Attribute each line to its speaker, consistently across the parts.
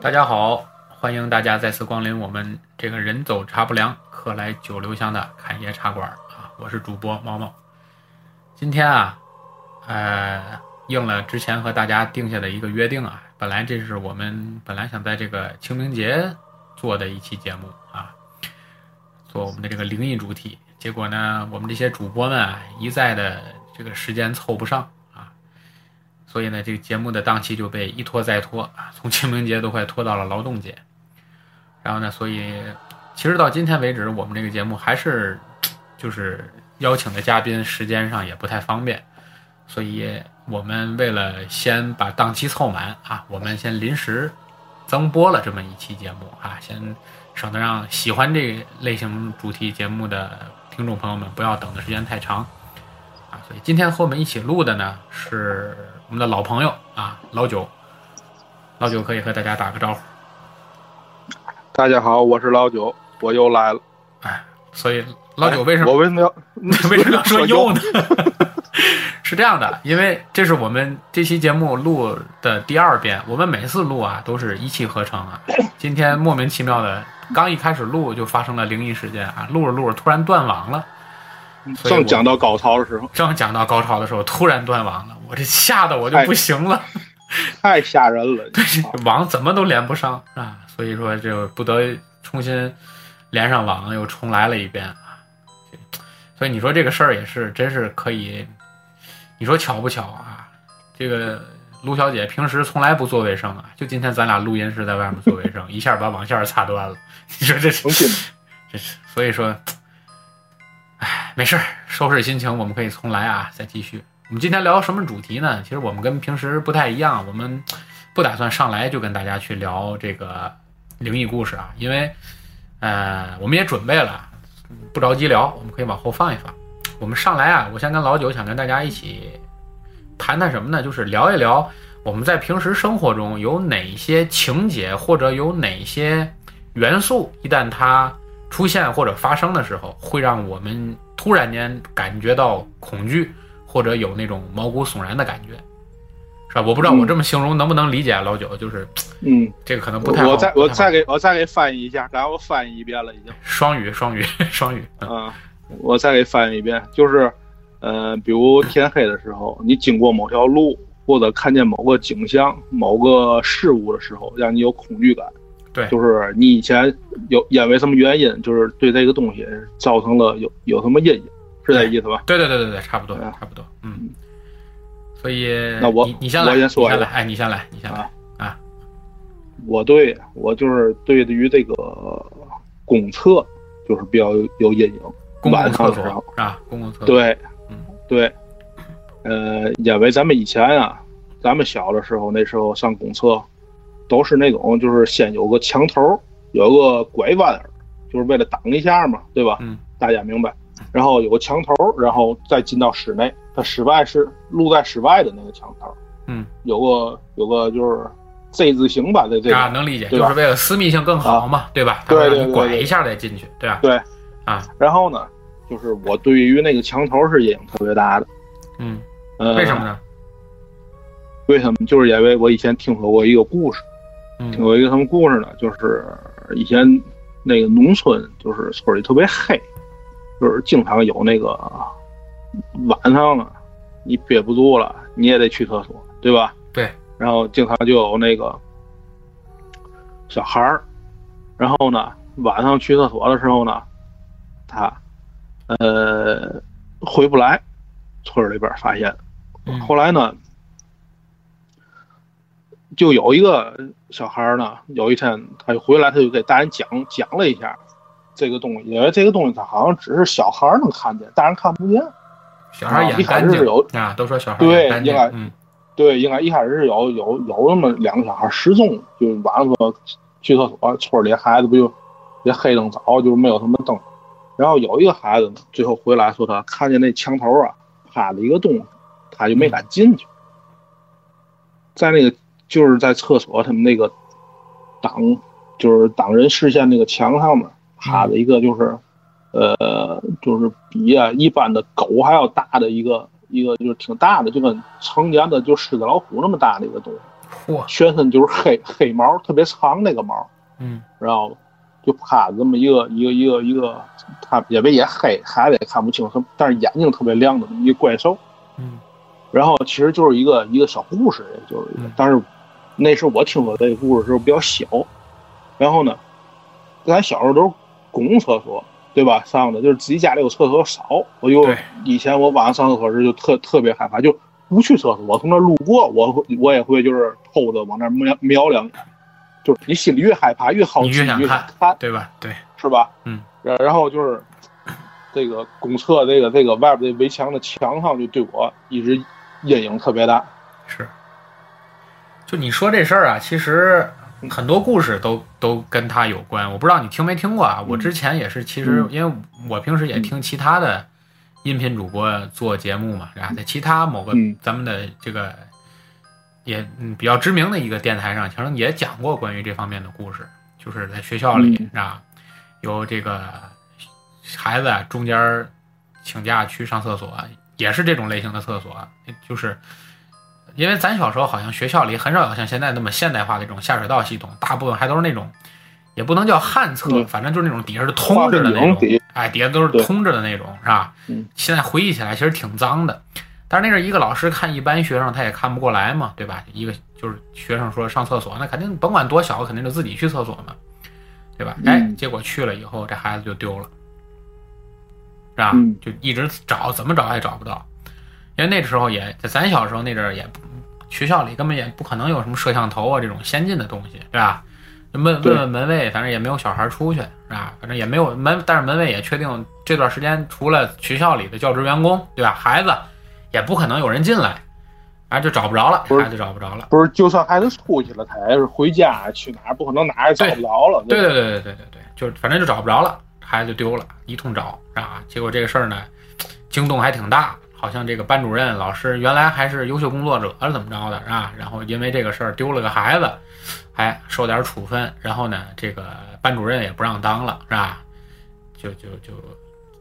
Speaker 1: 大家好，欢迎大家再次光临我们这个人走茶不凉，客来酒留香的侃爷茶馆啊，我是主播猫猫。今天啊，呃，应了之前和大家定下的一个约定啊，本来这是我们本来想在这个清明节做的一期节目啊，做我们的这个灵异主题，结果呢，我们这些主播们啊，一再的这个时间凑不上啊，所以呢，这个节目的档期就被一拖再拖，啊从清明节都快拖到了劳动节。然后呢，所以其实到今天为止，我们这个节目还是就是邀请的嘉宾时间上也不太方便，所以我们为了先把档期凑满啊，我们先临时增播了这么一期节目啊，先省得让喜欢这个类型主题节目的听众朋友们不要等的时间太长。啊，所以今天和我们一起录的呢是我们的老朋友啊，老九。老九可以和大家打个招呼。
Speaker 2: 大家好，我是老九，我又来了。
Speaker 1: 哎所以老九为什么、
Speaker 2: 哎我为什 么要
Speaker 1: 为什么要说又呢？ 是这样的，因为这是我们这期节目录的第二遍，我们每次录啊都是一气呵成啊。今天莫名其妙的，刚一开始录就发生了灵异事件啊，录着录着突然断网了。所以我
Speaker 2: 正讲到高潮的 时候，
Speaker 1: 正讲到高潮的时候，突然断网了，我这吓得我就不行了。
Speaker 2: 太吓人了。啊
Speaker 1: 网怎么都连不上啊，所以说就不得重新连上网，又重来了一遍啊。所以你说这个事儿也是，真是可以，你说巧不巧啊？这个卢小姐平时从来不做卫生啊，就今天咱俩录音是在外面做卫生，一下把网线儿擦断了。你说这是
Speaker 2: 诚信，
Speaker 1: 这是，所以说，唉，没事儿，收拾心情，我们可以重来啊，再继续。我们今天聊什么主题呢？其实我们跟平时不太一样，我们不打算上来就跟大家去聊这个灵异故事啊，因为呃，我们也准备了，不着急聊，我们可以往后放一放。我们上来啊，我先跟老九想跟大家一起谈谈什么呢？就是聊一聊我们在平时生活中有哪些情节，或者有哪些元素，一旦它出现或者发生的时候，会让我们突然间感觉到恐惧，或者有那种毛骨悚然的感觉，是吧？我不知道
Speaker 2: 嗯
Speaker 1: 我这么形容能不能理解啊，老九，就是
Speaker 2: 嗯，
Speaker 1: 这个可能不太好。
Speaker 2: 我再
Speaker 1: 不
Speaker 2: 我
Speaker 1: 太好
Speaker 2: 再给我再给翻译一下，然后翻译一遍了已经。
Speaker 1: 双语双语 双语，嗯
Speaker 2: 啊，我再给翻译一遍，就是，呃，比如天黑的 时候，你经过某条路或者看见某个景象、某个事物的时候，让你有恐惧感。
Speaker 1: 对
Speaker 2: 就是你以前有因为什么原因，就是对这个东西造成了有有什么阴影，是这意思吧？
Speaker 1: 对对对对对，差不多
Speaker 2: 对啊
Speaker 1: 差不多，嗯。所以
Speaker 2: 那我
Speaker 1: 你你先来，
Speaker 2: 我先说
Speaker 1: 你先
Speaker 2: 一个
Speaker 1: 来，哎，你先来，你先来
Speaker 2: 啊。我对我就是对于这个公厕就是比较有有阴影。
Speaker 1: 公共
Speaker 2: 晚上
Speaker 1: 厕
Speaker 2: 的
Speaker 1: 所
Speaker 2: 时候
Speaker 1: 是吧？公共厕所，
Speaker 2: 对
Speaker 1: 嗯，
Speaker 2: 对，呃，因为咱们以前啊，咱们小的时候那时候上公厕，都是那种就是先有个墙头，有个拐弯儿，就是为了挡一下嘛，对吧？
Speaker 1: 嗯，
Speaker 2: 大家明白。然后有个墙头，然后再进到室内，它室外是露在室外的那个墙头。
Speaker 1: 嗯，
Speaker 2: 有个有个就是 Z 字形吧，这这个
Speaker 1: 啊，能理解，
Speaker 2: 对
Speaker 1: 就
Speaker 2: 吧
Speaker 1: 是为了私密性更好嘛，对吧？它会
Speaker 2: 对对
Speaker 1: 让你
Speaker 2: 对
Speaker 1: 拐
Speaker 2: 对
Speaker 1: 一下再进去，对吧？
Speaker 2: 对
Speaker 1: 啊，
Speaker 2: 然后呢，就是我对于那个墙头是阴影特别大的。
Speaker 1: 嗯，
Speaker 2: 呃，
Speaker 1: 为什么？呢？
Speaker 2: 为什么？就是因为我以前听说过一个故事，
Speaker 1: 嗯
Speaker 2: 有一个什么故事呢？就是以前那个农村，就是村里特别黑，就是经常有那个晚上啊，你憋不住了，你也得去厕所，对吧？
Speaker 1: 对。
Speaker 2: 然后经常就有那个小孩儿，然后呢，晚上去厕所的时候呢，他呃回不来，村里边儿发现。
Speaker 1: 嗯
Speaker 2: 后来呢，就有一个小孩儿呢，有一天他就回来，他就给大人讲讲了一下这个东西，因为这个东西它好像只是小孩儿能看见，大人看不见。
Speaker 1: 小孩
Speaker 2: 一
Speaker 1: 眼
Speaker 2: 开
Speaker 1: 干
Speaker 2: 始
Speaker 1: 净
Speaker 2: 是有
Speaker 1: 啊，都说小孩
Speaker 2: 对
Speaker 1: 眼干净
Speaker 2: 一开，
Speaker 1: 嗯
Speaker 2: 对，应该一开始是有有有那么两个小孩失踪，就是晚上说去厕所，村里孩子不就也黑灯早，就是没有什么灯。然后有一个孩子呢，最后回来说他看见那墙头啊趴了一个东西，他就没敢进去，在那个就是在厕所他们那个挡就是挡人视线那个墙上面趴着一个就是、呃就是比啊一般的狗还要大的一个一个就是挺大的，就跟成年的就狮子老虎那么大的一个东西。
Speaker 1: 嚯，
Speaker 2: 全身就是黑黑毛，特别长那个毛，
Speaker 1: 嗯
Speaker 2: 知道吗？就趴着这么一个一个一个一个，他也没也黑，孩子也看不清什么，但是眼睛特别亮的一个怪兽。
Speaker 1: 嗯
Speaker 2: 然后其实就是一个一个小故事，也就是一个
Speaker 1: 嗯。
Speaker 2: 但是那时候我听说这个故事的时候比较小，然后呢，咱小时候都是公共厕所，对吧？上的就是自己家里有厕所少，我就
Speaker 1: 对
Speaker 2: 以前我晚上上厕所时就特特别害怕，就不去厕所，我从那儿路过，我会我也会就是偷着往那儿瞄瞄两眼，就是你心里越害怕越好奇，
Speaker 1: 你越
Speaker 2: 越
Speaker 1: 想
Speaker 2: 想
Speaker 1: 看
Speaker 2: 看，
Speaker 1: 对吧？对，
Speaker 2: 是吧？
Speaker 1: 嗯
Speaker 2: 然，然后就是这个公厕这个这个外边这围墙的墙上就对我一直阴影特别大。
Speaker 1: 是。就你说这事儿啊，其实很多故事都都跟他有关。我不知道你听没听过啊？我之前也是，其实
Speaker 2: 嗯
Speaker 1: 因为我平时也听其他的音频主播做节目嘛，啊，在其他某个
Speaker 2: 嗯
Speaker 1: 咱们的这个也嗯比较知名的一个电台上，其实也讲过关于这方面的故事，就是在学校
Speaker 2: 嗯
Speaker 1: 里啊，有这个孩子啊中间儿请假去上厕所啊，也是这种类型的厕所啊，就是因为咱小时候好像学校里很少有像现在那么现代化的这种下水道系统，大部分还都是那种，也不能叫旱厕，
Speaker 2: 嗯
Speaker 1: 反正就是那种底下是通着的那
Speaker 2: 化粪
Speaker 1: 种
Speaker 2: 井，
Speaker 1: 哎，底下都是
Speaker 2: 对
Speaker 1: 通着的那种，是吧？
Speaker 2: 嗯
Speaker 1: 现在回忆起来其实挺脏的，但是那是一个老师看一般学生他也看不过来嘛，对吧？一个就是学生说上厕所，那肯定甭管多小，肯定就自己去厕所嘛，对吧？哎，
Speaker 2: 嗯
Speaker 1: 结果去了以后，这孩子就丢了，是吧？
Speaker 2: 嗯
Speaker 1: 就一直找，怎么找也找不到，因为那时候也在咱小时候那阵儿也不学校里根本也不可能有什么摄像头啊这种先进的东西，对吧？问问
Speaker 2: 对
Speaker 1: 问门卫，反正也没有小孩出去，是吧？反正也没有门，但是门卫也确定这段时间除了学校里的教职员工，对吧？孩子也不可能有人进来，然后就找不着了，
Speaker 2: 不是
Speaker 1: 孩子就找不着了。
Speaker 2: 不是，就算孩子出去了，他也是回家去哪儿，不可能哪儿也找不着了。
Speaker 1: 对
Speaker 2: 吧
Speaker 1: 对对对对对对，就是反正就找不着了，孩子就丢了，一通找啊，结果这个事儿呢，惊动还挺大，好像这个班主任老师原来还是优秀工作者是怎么着的啊，然后因为这个事儿丢了个孩子，还受点处分，然后呢，这个班主任也不让当了是吧？就就就，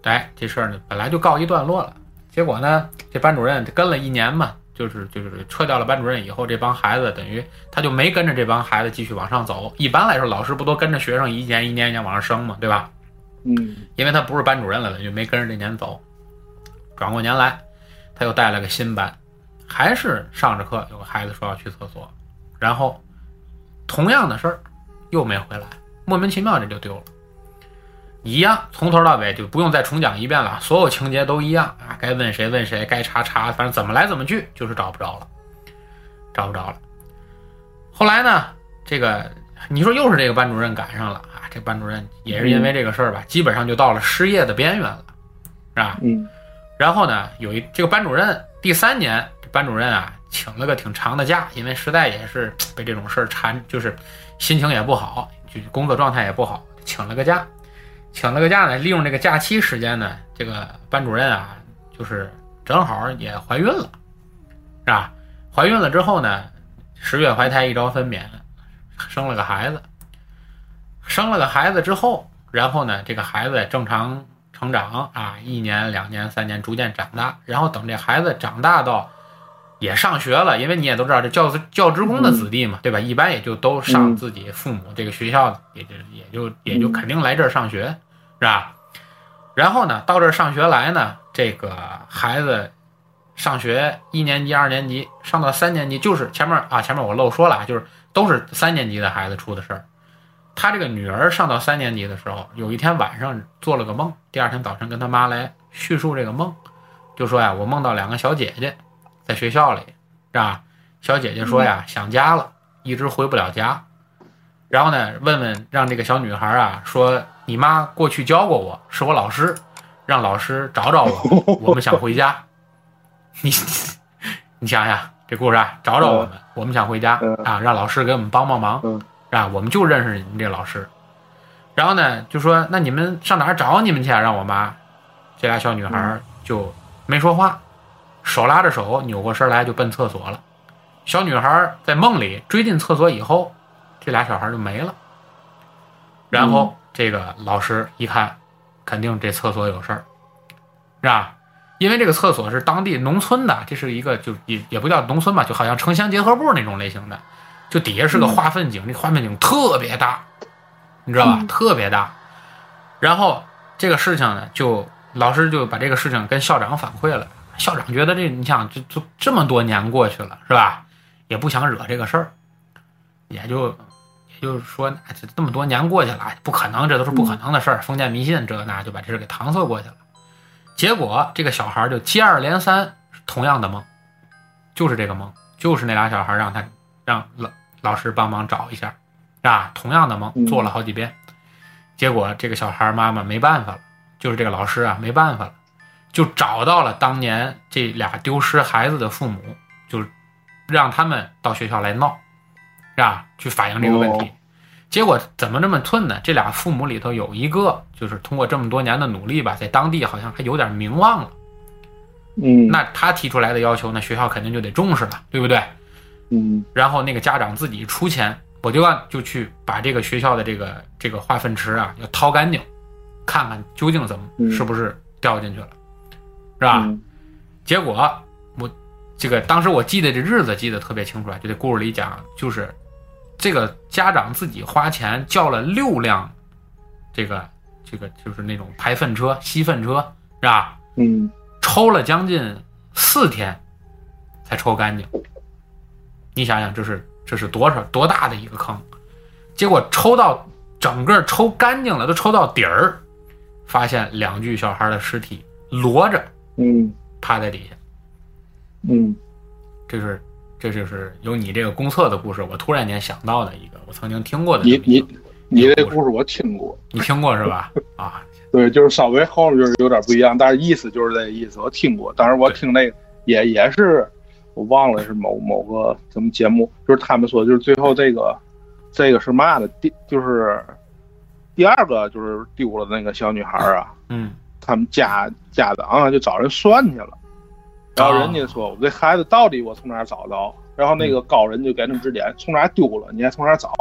Speaker 1: 哎，这事儿呢本来就告一段落了，结果呢，这班主任跟了一年嘛。就是就是撤掉了班主任以后，这帮孩子等于他就没跟着这帮孩子继续往上走。一般来说，老师不都跟着学生一年一年一年往上升嘛，对吧？
Speaker 2: 嗯，
Speaker 1: 因为他不是班主任了，等于没跟着这年走。转过年来，他又带了个新班，还是上着课，有个孩子说要去厕所，然后同样的事儿又没回来，莫名其妙这就丢了。一样，从头到尾就不用再重讲一遍了，所有情节都一样啊，该问谁问谁，该查查，反正怎么来怎么去，就是找不着了，找不着了。后来呢，这个你说又是这个班主任赶上了啊，这班主任也是因为这个事儿吧，基本上就到了失业的边缘了，是吧？
Speaker 2: 嗯
Speaker 1: 然后呢，有一这个班主任第三年，这班主任啊请了个挺长的假，因为实在也是被这种事儿缠，就是心情也不好，就工作状态也不好，请了个假，请了个假呢，利用这个假期时间呢，这个班主任啊，就是正好也怀孕了，是吧？怀孕了之后呢，十月怀胎，一朝分娩，生了个孩子。生了个孩子之后，然后呢，这个孩子正常成长啊，一年、两年、三年，逐渐长大。然后等这孩子长大到也上学了，因为你也都知道，这教教职工的子弟嘛，对吧？一般也就都上
Speaker 2: 嗯
Speaker 1: 自己父母这个学校，也就也就也就
Speaker 2: 嗯
Speaker 1: 肯定来这儿上学，是吧？然后呢，到这儿上学来呢，这个孩子上学一年级、二年级，上到三年级，就是前面啊，前面我漏说了啊，就是都是三年级的孩子出的事儿。他这个女儿上到三年级的时候，有一天晚上做了个梦，第二天早晨跟他妈来叙述这个梦，就说呀，我梦到两个小姐姐在学校里，是吧？小姐姐说
Speaker 2: 嗯
Speaker 1: 呀，想家了，一直回不了家。然后呢，问问让这个小女孩啊，说你妈过去教过我，是我老师，让老师找找 我，我们想回家。你 你想想这故事啊，找找我们，我们想回家
Speaker 2: 嗯
Speaker 1: 啊，让老师给我们帮帮忙
Speaker 2: 嗯，
Speaker 1: 啊，我们就认识你们这老师。然后呢，就说那你们上哪儿找你们去啊？让我妈，这俩小女孩
Speaker 2: 嗯
Speaker 1: 儿就没说话，手拉着手扭过身来就奔厕所了。小女孩儿在梦里追进厕所以后，这俩小孩儿就没了。然后这个老师一看，肯定这厕所有事儿，是吧？因为这个厕所是当地农村的，这是一个就也也不叫农村吧，就好像城乡结合部那种类型的，就底下是个化粪井，那化粪井特别大，你知道吧？
Speaker 3: 嗯
Speaker 1: 特别大。然后这个事情呢，就老师就把这个事情跟校长反馈了。校长觉得这，你想这这这么多年过去了，是吧？也不想惹这个事儿，也就也就是说，哎这这么多年过去了，哎不可能，这都是不可能的事儿，封建迷信这个那，就把这事儿给搪塞过去了。结果这个小孩儿就接二连三同样的梦，就是这个梦，就是那俩小孩儿让他让老老师帮忙找一下，啊，同样的梦
Speaker 2: 嗯
Speaker 1: 做了好几遍，结果这个小孩儿妈妈没办法了，就是这个老师啊没办法了，就找到了当年这俩丢失孩子的父母，就是让他们到学校来闹，是吧？去反映这个问题。
Speaker 2: 哦
Speaker 1: 结果怎么这么寸呢？这俩父母里头有一个，就是通过这么多年的努力吧，在当地好像还有点名望了。
Speaker 2: 嗯，
Speaker 1: 那他提出来的要求，那学校肯定就得重视了，对不对？
Speaker 2: 嗯
Speaker 1: 然后那个家长自己出钱，我就要就去把这个学校的这个这个化粪池啊，要掏干净，看看究竟怎么
Speaker 2: 嗯
Speaker 1: 是不是掉进去了，是吧？
Speaker 2: 嗯
Speaker 1: 结果我这个当时我记得这日子记得特别清楚啊，就这故事里讲，就是这个家长自己花钱叫了六辆这个这个就是那种排粪车、吸粪车，是吧？
Speaker 2: 嗯，
Speaker 1: 抽了将近四天才抽干净。你想想，这是这是多少多大的一个坑？结果抽到整个抽干净了，都抽到底儿，发现两具小孩的尸体摞着
Speaker 2: 嗯
Speaker 1: 趴在底下。
Speaker 2: 嗯
Speaker 1: 这是这就是有你这个公厕的故事，我突然间想到的一个我曾经听过的
Speaker 2: 你
Speaker 1: 这么一
Speaker 2: 你
Speaker 1: 个
Speaker 2: 你这故事我听过，
Speaker 1: 你听过是 吧？啊，
Speaker 2: 对，就是稍微后面就是有点不一样，但是意思就是这意思，我听过。当时我听那个也也是，我忘了是某某个什么节目，就是他们说就是最后这个这个是嘛的，第就是第二个就是丢了那个小女孩啊，
Speaker 1: 嗯，
Speaker 2: 他们家家长啊就找人算去了，然后
Speaker 1: 哦
Speaker 2: 人家说我这孩子到底我从哪儿找到？然后那个高人就给他们指点，从哪儿丢了，你还从哪儿找？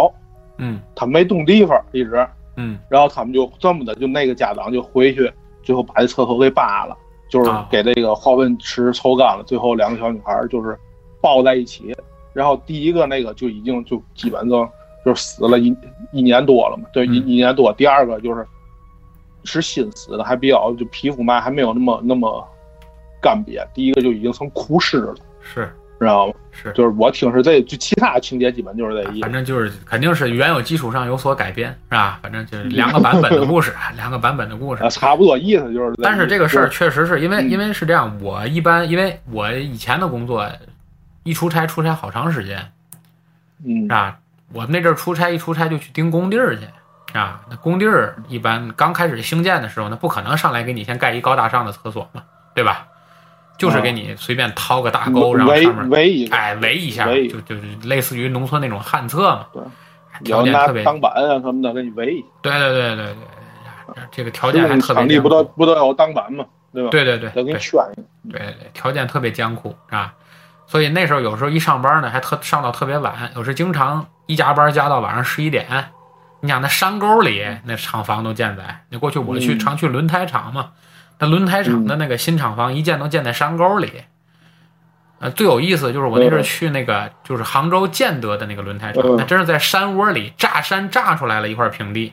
Speaker 1: 嗯
Speaker 2: 他们没动地方一直，
Speaker 1: 嗯
Speaker 2: 然后他们就这么的，就那个家长就回去，最后把这车头给扒了，就是
Speaker 1: 啊
Speaker 2: 给这个化粪池抽干了。最后两个小女孩儿就是抱在一起，然后第一个那个就已经就基本上就死了一一年多了嘛，对，一
Speaker 1: 嗯
Speaker 2: 一年多。第二个就是是新死的，还比较就皮肤嘛还没有那么那么干瘪，第一个就已经成枯尸了，
Speaker 1: 是
Speaker 2: 知道吗？
Speaker 1: 是，
Speaker 2: 就是我听是这，就其他情节基本就是这意思
Speaker 1: 反。正就是肯定是原有基础上有所改编是吧？反正就是两个版本的故事，两个版本的故事
Speaker 2: 啊，。差不多意思就是意思。
Speaker 1: 但是这个事儿确实是因为
Speaker 2: 嗯
Speaker 1: 因为是这样，我一般因为我以前的工作一出差出差好长时间，
Speaker 2: 嗯，
Speaker 1: 啊，我那阵儿出差一出差就去盯工地儿去啊。那工地儿一般刚开始兴建的时候，那不可能上来给你先盖一高大上的厕所嘛，对吧？就是给你随便掏个大沟，然后
Speaker 2: 哦围
Speaker 1: 上面
Speaker 2: 围一个，
Speaker 1: 哎围一下，
Speaker 2: 围一
Speaker 1: 就就是类似于农村那种旱厕嘛
Speaker 2: 对，
Speaker 1: 条
Speaker 2: 有
Speaker 1: 件
Speaker 2: 拿
Speaker 1: 特别
Speaker 2: 挡板啊什么的给你围一下。
Speaker 1: 对对对对对，这个条
Speaker 2: 这
Speaker 1: 件还
Speaker 2: 种
Speaker 1: 特别
Speaker 2: 场地
Speaker 1: 艰
Speaker 2: 不都
Speaker 1: 苦，
Speaker 2: 不都有挡板吗？对吧？，
Speaker 1: 对对对
Speaker 2: 都
Speaker 1: 对
Speaker 2: 给你圈一下。
Speaker 1: 对对，呃条件特别艰苦啊。所以那时候有时候一上班呢，还特上到特别晚，有时经常一加班加到晚上十一点。你想那山沟里那厂房都建在，那过去我去
Speaker 2: 嗯
Speaker 1: 常去轮胎厂嘛，那轮胎厂的那个新厂房一建都建在山沟里。呃，最有意思的就是我那阵儿
Speaker 2: 嗯
Speaker 1: 去那个就是杭州建德的那个轮胎厂，
Speaker 2: 嗯
Speaker 1: 那真是在山窝里炸山炸出来了一块平地，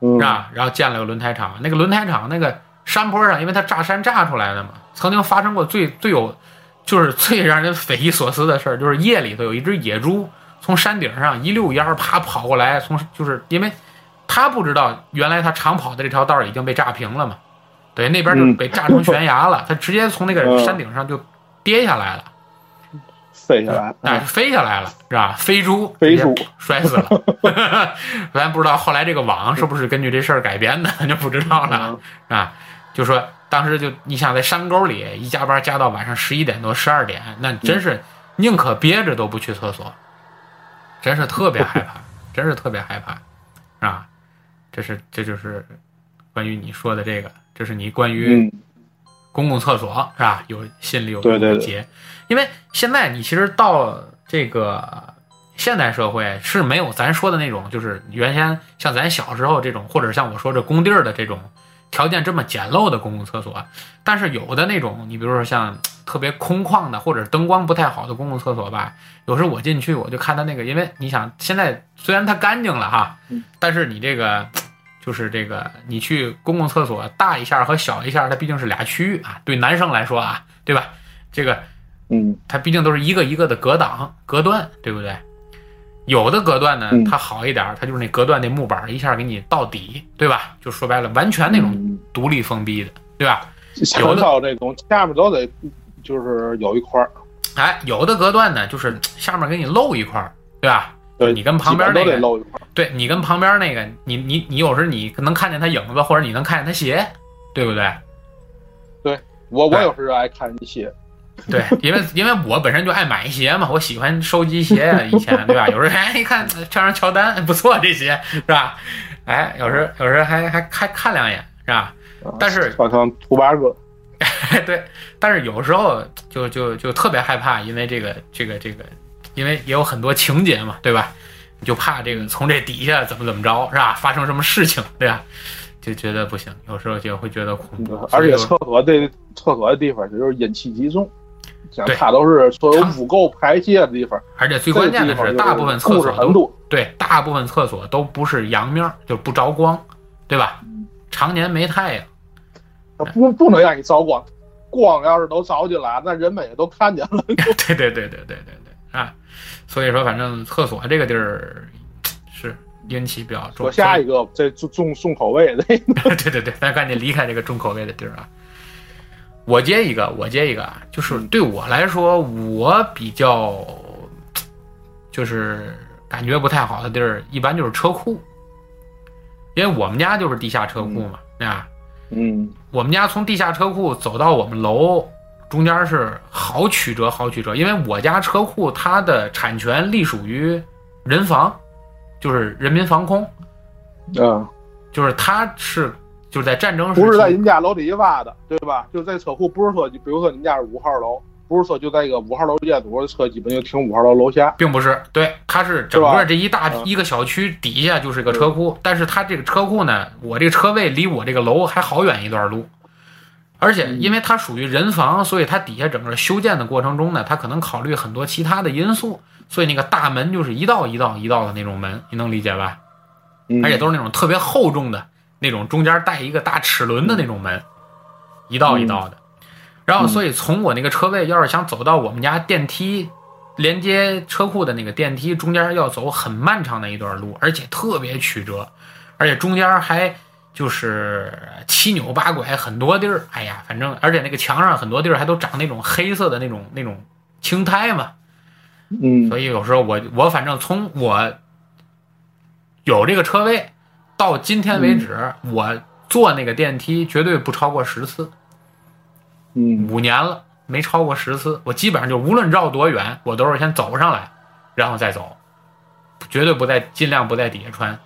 Speaker 2: 嗯
Speaker 1: 是，吧？然后建了个轮胎厂，那个轮胎厂那个山坡上，因为它炸山炸出来的嘛，曾经发生过最最有，就是最让人匪夷所思的事儿，就是夜里头有一只野猪从山顶上一溜烟儿啪跑过来，从就是因为他不知道原来他长跑的这条道儿已经被炸平了嘛，对，那边就
Speaker 2: 嗯
Speaker 1: 被炸成悬崖了，他直接从那个
Speaker 2: 嗯
Speaker 1: 山顶上就跌下来了。
Speaker 2: 飞下来，啊
Speaker 1: 哎，飞下来了是吧？飞猪，
Speaker 2: 嗯飞猪
Speaker 1: 摔死了。 咱不知道后来这个网是不是根据这事儿改编的，就不知道了
Speaker 2: 嗯，
Speaker 1: 是吧？就说当时就你想在山沟里一加班加到晚上十一点多十二点，那真是宁可憋着都不去厕所，真是特别害怕，真是特别害怕，是吧？这是这就是关于你说的这个，这是你关于
Speaker 2: 嗯，
Speaker 1: 公共厕所是吧？有心里有
Speaker 2: 对对
Speaker 1: 有
Speaker 2: 对
Speaker 1: 结，因为现在你其实到这个现代社会是没有咱说的那种，就是原先像咱小时候这种，或者像我说这工地儿的这种条件这么简陋的公共厕所，但是有的那种，你比如说像特别空旷的或者灯光不太好的公共厕所吧，有时候我进去我就看他那个，因为你想现在虽然它干净了哈
Speaker 2: 嗯，
Speaker 1: 但是你这个就是这个你去公共厕所大一下和小一下，它毕竟是俩区域啊，对男生来说啊，对吧？这个
Speaker 2: 嗯
Speaker 1: 它毕竟都是一个一个的隔挡隔断，对不对？有的隔断呢
Speaker 2: 嗯，
Speaker 1: 它好一点儿，它就是那隔断那木板儿一下给你到底，对吧？就说白了，完全那种
Speaker 2: 嗯，
Speaker 1: 独立封闭的，对吧？有
Speaker 2: 想
Speaker 1: 的
Speaker 2: 到这种下面都得就是有一块儿，
Speaker 1: 哎，有的隔断呢，就是下面给你露一块儿，对吧？
Speaker 2: 对，
Speaker 1: 你跟旁边
Speaker 2: 基本
Speaker 1: 那
Speaker 2: 都得
Speaker 1: 个，
Speaker 2: 露一块儿，
Speaker 1: 对你跟旁边那个，你你你有时候你能看见他影子，或者你能看见他鞋，对不对？
Speaker 2: 我我
Speaker 1: 对
Speaker 2: 有时候爱看一些，
Speaker 1: 对，因为因为我本身就爱买鞋嘛，我喜欢收集鞋呀、以前对吧？有时候哎一看穿上乔丹，哎不错这鞋是吧？哎，有时候有时候还还还看两眼是吧？ 但是
Speaker 2: 好像啊图八哥，
Speaker 1: 哎，对，但是有时候就就就特别害怕，因为这个这个这个，因为也有很多情节嘛，对吧？你就怕这个从这底下怎么怎么着，是吧？发生什么事情，对吧？就觉得不行，有时候就会觉得恐怖。
Speaker 2: 嗯而且
Speaker 1: 所以
Speaker 2: 厕所这厕所的地方就是阴气集中，像
Speaker 1: 对
Speaker 2: 它都是所有
Speaker 1: 它
Speaker 2: 污垢排泄的地方，
Speaker 1: 而且最关键的
Speaker 2: 这
Speaker 1: 是，
Speaker 2: 地方就是
Speaker 1: 大部分厕
Speaker 2: 控制
Speaker 1: 所
Speaker 2: 很
Speaker 1: 都
Speaker 2: 多，
Speaker 1: 对，大部分厕所都不是阳面儿，就是不着光，对吧？常年没太阳，
Speaker 2: 它不不能让你照光，光要是都照进来，那人们也都看见了。
Speaker 1: 对对对对对对对啊！所以说，反正厕所这个地儿是阴气比较重。
Speaker 2: 说下一个，这重重重口味的，
Speaker 1: 对对对，咱赶紧离开这个重口味的地儿啊！我接一个，我接一个啊，就是对我来说，我比较就是感觉不太好的地儿，一般就是车库，因为我们家就是地下车库嘛，啊，
Speaker 2: 嗯，
Speaker 1: 我们家从地下车库走到我们楼中间是好曲折，好曲折，因为我家车库它的产权隶属于人防，就是人民防空，
Speaker 2: 嗯，
Speaker 1: 就是它是就是在战争时期
Speaker 2: 不是在你们家楼底下挖的，对吧？就这车库不是说，就比如说你们家是五号楼，不是说就在一个五号楼建筑，我的车基本就停五号楼楼下。
Speaker 1: 并不是，对，它是整
Speaker 2: 是
Speaker 1: 个
Speaker 2: 吧
Speaker 1: 这一大
Speaker 2: 嗯
Speaker 1: 一个小区底下就是一个车库，但是它这个车库呢，我这个车位离我这个楼还好远一段路，而且
Speaker 2: 嗯
Speaker 1: 因为它属于人防，所以它底下整个修建的过程中呢，它可能考虑很多其他的因素，所以那个大门就是一道一道一道的那种门，你能理解吧？
Speaker 2: 嗯
Speaker 1: 而且都是那种特别厚重的那种，中间带一个大齿轮的那种门，一道一道的。然后，所以从我那个车位，要是想走到我们家电梯连接车库的那个电梯，中间要走很漫长的一段路，而且特别曲折，而且中间还就是七扭八拐，很多地儿。哎呀，反正而且那个墙上很多地儿还都长那种黑色的那种那种青苔嘛，
Speaker 2: 嗯
Speaker 1: 所以有时候我我反正从我有这个车位到今天为止，我坐那个电梯绝对不超过十次，
Speaker 2: 嗯
Speaker 1: 五年了没超过十次。我基本上就无论绕多远，我都是先走上来，然后再走，绝对不在尽量不在底下穿。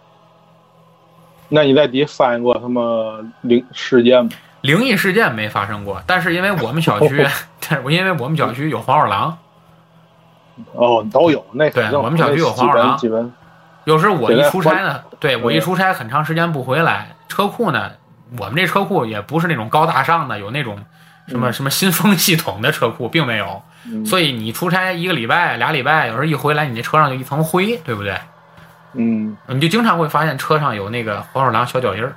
Speaker 2: 那你在底下翻过什么灵事件吗？
Speaker 1: 灵异事件没发生过，但是因为我们小区，但是我因为我们小区有黄鼠狼，
Speaker 2: 哦，都有，那肯
Speaker 1: 对
Speaker 2: 定
Speaker 1: 我们小区有啊黄鼠狼
Speaker 2: 那基本基
Speaker 1: 有时候我一出差呢，对
Speaker 2: 嗯
Speaker 1: 我一出差很长时间不回来，车库呢，我们这车库也不是那种高大上的，有那种什么
Speaker 2: 嗯
Speaker 1: 什么新风系统的车库并没有，
Speaker 2: 本，
Speaker 1: 所以你出差一个礼拜、俩礼拜，有时候一回来，你那车上就一层灰，对不对？
Speaker 2: 嗯，
Speaker 1: 你就经常会发现车上有那个黄鼠狼小脚印儿，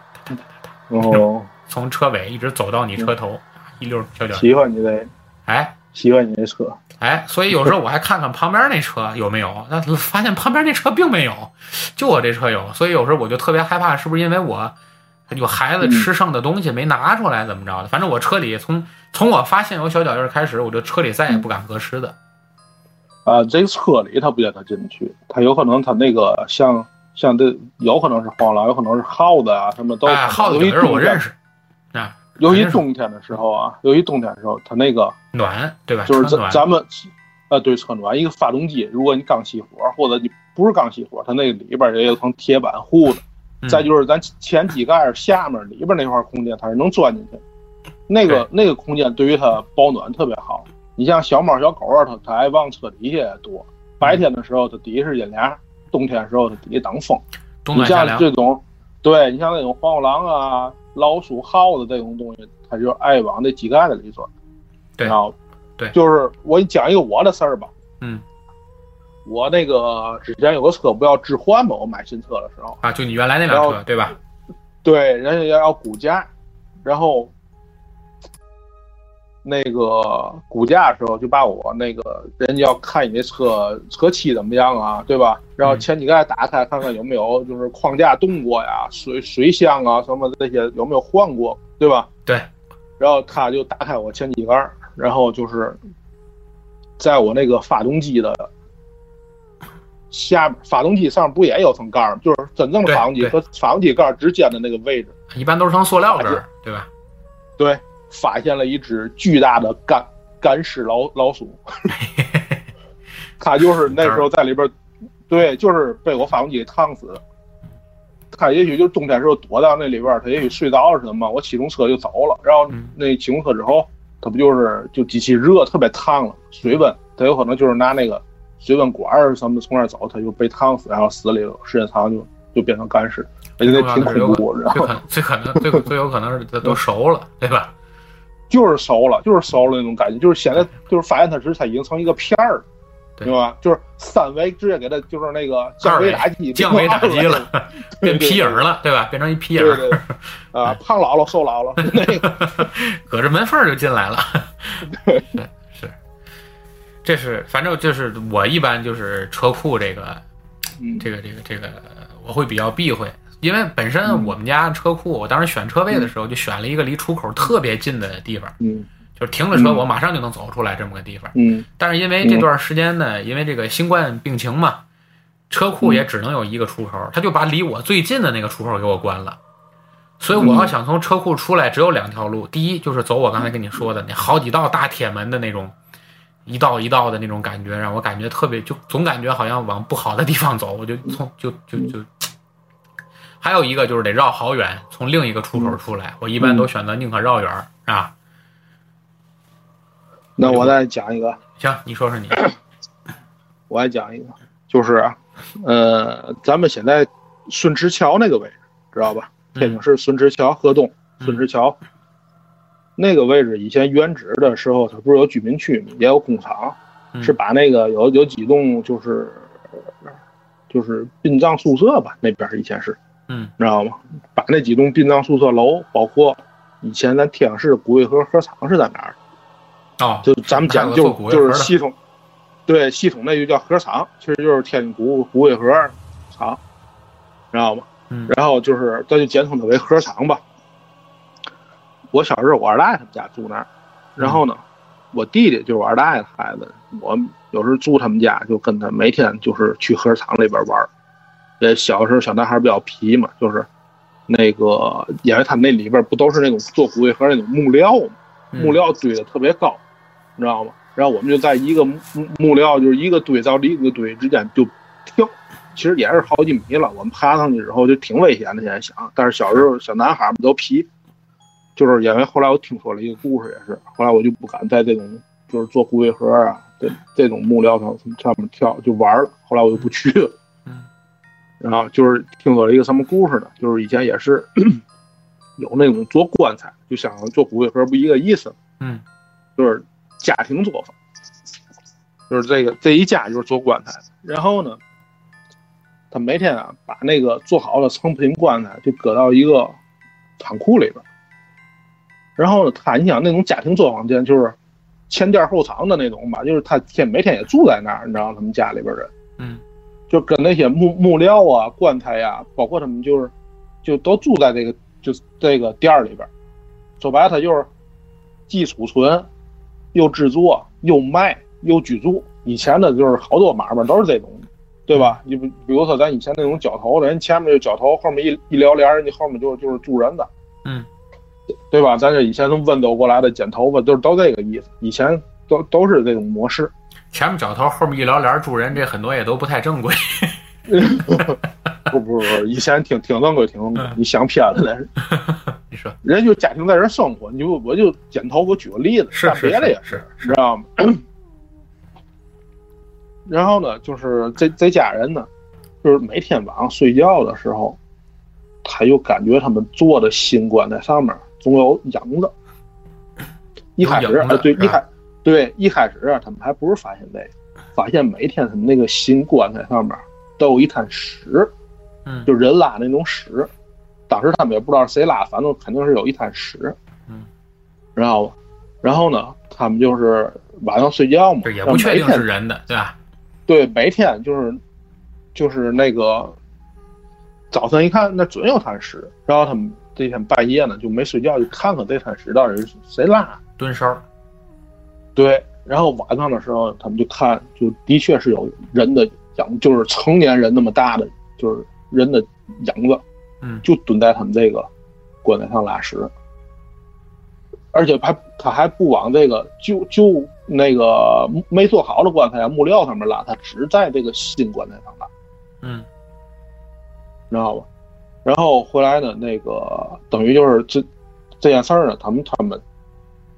Speaker 2: 嗯哦，
Speaker 1: 从车尾一直走到你车头，一溜小脚印儿。
Speaker 2: 喜欢你这，
Speaker 1: 哎，
Speaker 2: 喜欢你这车，
Speaker 1: 哎，所以有时候我还看看旁边那车有没 有，那发现旁边那车并没有，就我这车有，所以有时候我就特别害怕，是不是因为我有孩子吃剩的东西没拿出来，怎么着
Speaker 2: 嗯
Speaker 1: 的？反正我车里从从我发现有小脚印儿开始，我就车里再也不敢搁湿的。
Speaker 2: 啊，这个车里他不让他进去，他有可能他那个像像这有可能是黄狼，有可能是耗子啊，什么都有可
Speaker 1: 哎，
Speaker 2: 能。
Speaker 1: 耗子
Speaker 2: 尤
Speaker 1: 脚
Speaker 2: 其
Speaker 1: 印儿我
Speaker 2: 冬
Speaker 1: 认
Speaker 2: 天，
Speaker 1: 识，啊，
Speaker 2: 尤
Speaker 1: 肯
Speaker 2: 其
Speaker 1: 定是
Speaker 2: 冬天的时候啊，尤其冬天的时候，他那个
Speaker 1: 暖对吧？
Speaker 2: 就是
Speaker 1: 车
Speaker 2: 咱
Speaker 1: 啊暖，
Speaker 2: 咱们，呃，对，车暖一个发动机，如果你刚熄火，或者你不是刚熄火，它那里边也有层铁板护着。
Speaker 1: 嗯
Speaker 2: 再就是咱前机盖下面里边那块空间，它是能钻进去。那个那个空间对于它保暖特别好。你像小猫小狗啊，它它爱往车底下躲。
Speaker 1: 嗯
Speaker 2: 白天的时候它底下是阴凉，冬天的时候它底下挡风。
Speaker 1: 冬
Speaker 2: 你
Speaker 1: 暖夏
Speaker 2: 像
Speaker 1: 凉，
Speaker 2: 这种，对你像那种黄鼠狼啊、老鼠、耗子这种东西，它就爱往那机盖子里钻。
Speaker 1: 对
Speaker 2: 然后
Speaker 1: 对
Speaker 2: 就是我讲一个我的事儿吧。
Speaker 1: 嗯，
Speaker 2: 我那个之前有个车不要置换嘛，我买新车的时候，
Speaker 1: 啊，就你原来那辆
Speaker 2: 然
Speaker 1: 车对吧？
Speaker 2: 对，人家要要估价，然后那个估价的时候就把我那个人家要看你这车车漆怎么样啊，对吧？然后
Speaker 1: 嗯
Speaker 2: 前几盖打开看看有没有就是框架动过呀，水水箱啊什么这些有没有换过，对吧？
Speaker 1: 对，
Speaker 2: 然后他就打开我前几杆儿，然后就是在我那个发动机的下面，发动机上不也有层盖儿吗？就是真正的
Speaker 1: 对
Speaker 2: 发动机
Speaker 1: 对
Speaker 2: 和发动机盖儿之间的那个位置，
Speaker 1: 一般都是成塑
Speaker 2: 哎
Speaker 1: 料根儿对吧？
Speaker 2: 对，发现了一只巨大的干干尸老老鼠， 它就是那时候在里边儿，对，就是被我发动机给烫死的。它也许就冬天时候躲到那里边儿，它也许睡着了是什么，我启动车就走了。然后
Speaker 1: 嗯
Speaker 2: 那启动车之后，它不就是就机器热，特别烫了，水温，它有可能就是拿那个水温管儿什么的从那儿走，它就被烫死，然后死里头，时间长就就变成干尸，而且那挺恐怖。然后
Speaker 1: 最可最可能最最有可能是都熟了，对吧？
Speaker 2: 就是熟了，就是熟了那种感觉，就是显得就是发现它时它已经成一个片儿了，
Speaker 1: 嗯对
Speaker 2: 对吧？就是三维直接给它就是那个降维打击，
Speaker 1: 降维打击
Speaker 2: 对
Speaker 1: 了，变皮影儿了，对吧？变成一皮影
Speaker 2: 对
Speaker 1: 儿，
Speaker 2: 对， 啊，胖姥姥瘦姥姥，那个
Speaker 1: 隔着门缝儿就进来了。 是是，这是反正就是我一般就是车库这个
Speaker 2: 嗯
Speaker 1: 这个这个这个，我会比较避讳，因为本
Speaker 2: 嗯
Speaker 1: 身我们家车库，我当时选车位的时候就选了一个离出口特别近的地方，
Speaker 2: 嗯
Speaker 1: 就是停了车
Speaker 2: 嗯
Speaker 1: 我马上就能走出来这么个地方。
Speaker 2: 嗯
Speaker 1: 但是因为这段时间呢，因为这个新冠病情嘛，车库也只能有一个出口，他就把离我最近的那个出口给我关了。所以我要想从车库出来，只有两条路：第一就是走我刚才跟你说的那好几道大铁门的那种，一道一道的那种感觉，让我感觉特别，就总感觉好像往不好的地方走，我就从就就就。还有一个就是得绕好远，从另一个出口出来。我一般都选择宁可绕远儿啊。
Speaker 2: 那我再讲一个，
Speaker 1: 行，你说说你，
Speaker 2: 我再讲一个，就是啊，呃，咱们现在顺直桥那个位置，知道吧？天津市顺直桥河东
Speaker 1: 嗯
Speaker 2: 顺直桥。那个位置以前原址的时候，它不是有居民区吗也有工厂，
Speaker 1: 嗯
Speaker 2: 是把那个有有几栋就是呃就是殡葬宿舍吧，那边儿以前是，
Speaker 1: 嗯，
Speaker 2: 知道吗？把那几栋殡葬宿舍楼，包括以前咱天津市骨灰盒盒厂是在哪儿？
Speaker 1: 哦，
Speaker 2: 就咱们讲
Speaker 1: 看
Speaker 2: 就
Speaker 1: 过做骨灰盒
Speaker 2: 就
Speaker 1: 的
Speaker 2: 是系统，对系统那就叫盒厂，其实就是天津骨骨灰盒厂，知道吗？
Speaker 1: 嗯
Speaker 2: 然后就是咱就简称它为盒厂吧。我小时候我二大爷他们家住那儿，然后呢，我弟弟就是我二大爷的孩子，我有时候住他们家，就跟他每天就是去盒厂里边玩儿。这小时候小男孩比较皮嘛，就是那个，因为他们那里边不都是那种做骨灰盒那种木料嘛，
Speaker 1: 嗯
Speaker 2: 木料堆的特别高，你知道吗？然后我们就在一个木木木料，就是一个堆到另一个堆之间就跳，其实也是好几米了。我们爬上去之后就挺危险的，现在想，但是小时候小男孩们都皮，就是因为后来我听说了一个故事，也是后来我就不敢在这种就是做骨灰盒啊这这种木料上上面跳就玩了，后来我就不去了。
Speaker 1: 嗯
Speaker 2: 然后就是听说了一个什么故事呢？就是以前也是 有那种做棺材，就想做骨灰盒不一个意思吗
Speaker 1: 嗯，
Speaker 2: 就是家庭作坊，就是这个这一家就是做棺材的。然后呢，他每天啊把那个做好的成品棺材就搁到一个仓库里边儿。然后呢，他你想那种家庭作坊店就是前店后厂的那种吧，就是他天每天也住在那儿，你知道他们家里边儿人。
Speaker 1: 嗯
Speaker 2: 就跟那些木木料啊、棺材呀、包括他们就是，就都住在这个就是这个店儿里边儿。说白了，它就是既储存，又制作，又卖，又居住。以前的就是好多买卖都是这种，对吧？你比比如说咱以前那种脚头的，人前面就脚头，后面一一聊帘儿，人家后面就就是住人的，
Speaker 1: 嗯，
Speaker 2: 对吧？咱这以前从温州过来的剪头发，就是都这个意思。以前都都是这种模式，
Speaker 1: 前面脚头，后面一撩帘住人，这很多也都不太正规。
Speaker 2: 不不不，以前挺挺正规，挺正规
Speaker 1: 嗯。
Speaker 2: 你想偏了那是。
Speaker 1: 你说
Speaker 2: 人就家庭在这生活，你就我就剪头，我举个例子，
Speaker 1: 是
Speaker 2: 干
Speaker 1: 是
Speaker 2: 别的也
Speaker 1: 是
Speaker 2: 知道吗？ 然后呢，就是这这家人呢，就是每天晚上睡觉的时候，他就感觉他们做的新棺材上面总有影子。一开始
Speaker 1: 有影子
Speaker 2: 哎对，
Speaker 1: 是吧
Speaker 2: 一开对，一开始啊，他们还不是发现这个，发现每天他们那个新棺材上面都有一滩屎，
Speaker 1: 嗯
Speaker 2: 就人拉那种屎。当时他们也不知道谁拉，反正肯定是有一滩屎。
Speaker 1: 嗯，
Speaker 2: 然后，然后呢，他们就是晚上睡觉嘛，
Speaker 1: 这也
Speaker 2: 然后
Speaker 1: 不确
Speaker 2: 每
Speaker 1: 定
Speaker 2: 天
Speaker 1: 是人的，对吧？
Speaker 2: 对，每天就是就是那个早晨一看，那准有摊尸。然后他们这天半夜呢就没睡觉，就看看这摊尸到底是谁拉。
Speaker 1: 蹲梢儿，
Speaker 2: 对，然后晚上的时候他们就看，就的确是有人的影，就是成年人那么大的，就是人的影子，
Speaker 1: 嗯
Speaker 2: 就蹲在他们这个棺材上拉屎。而且还他还不往这个就就那个没做好的棺材啊木料上面拉，他只在这个新棺材上拉。
Speaker 1: 嗯
Speaker 2: 你知道吧？然后回来呢，那个等于就是这这件事儿呢，他们他们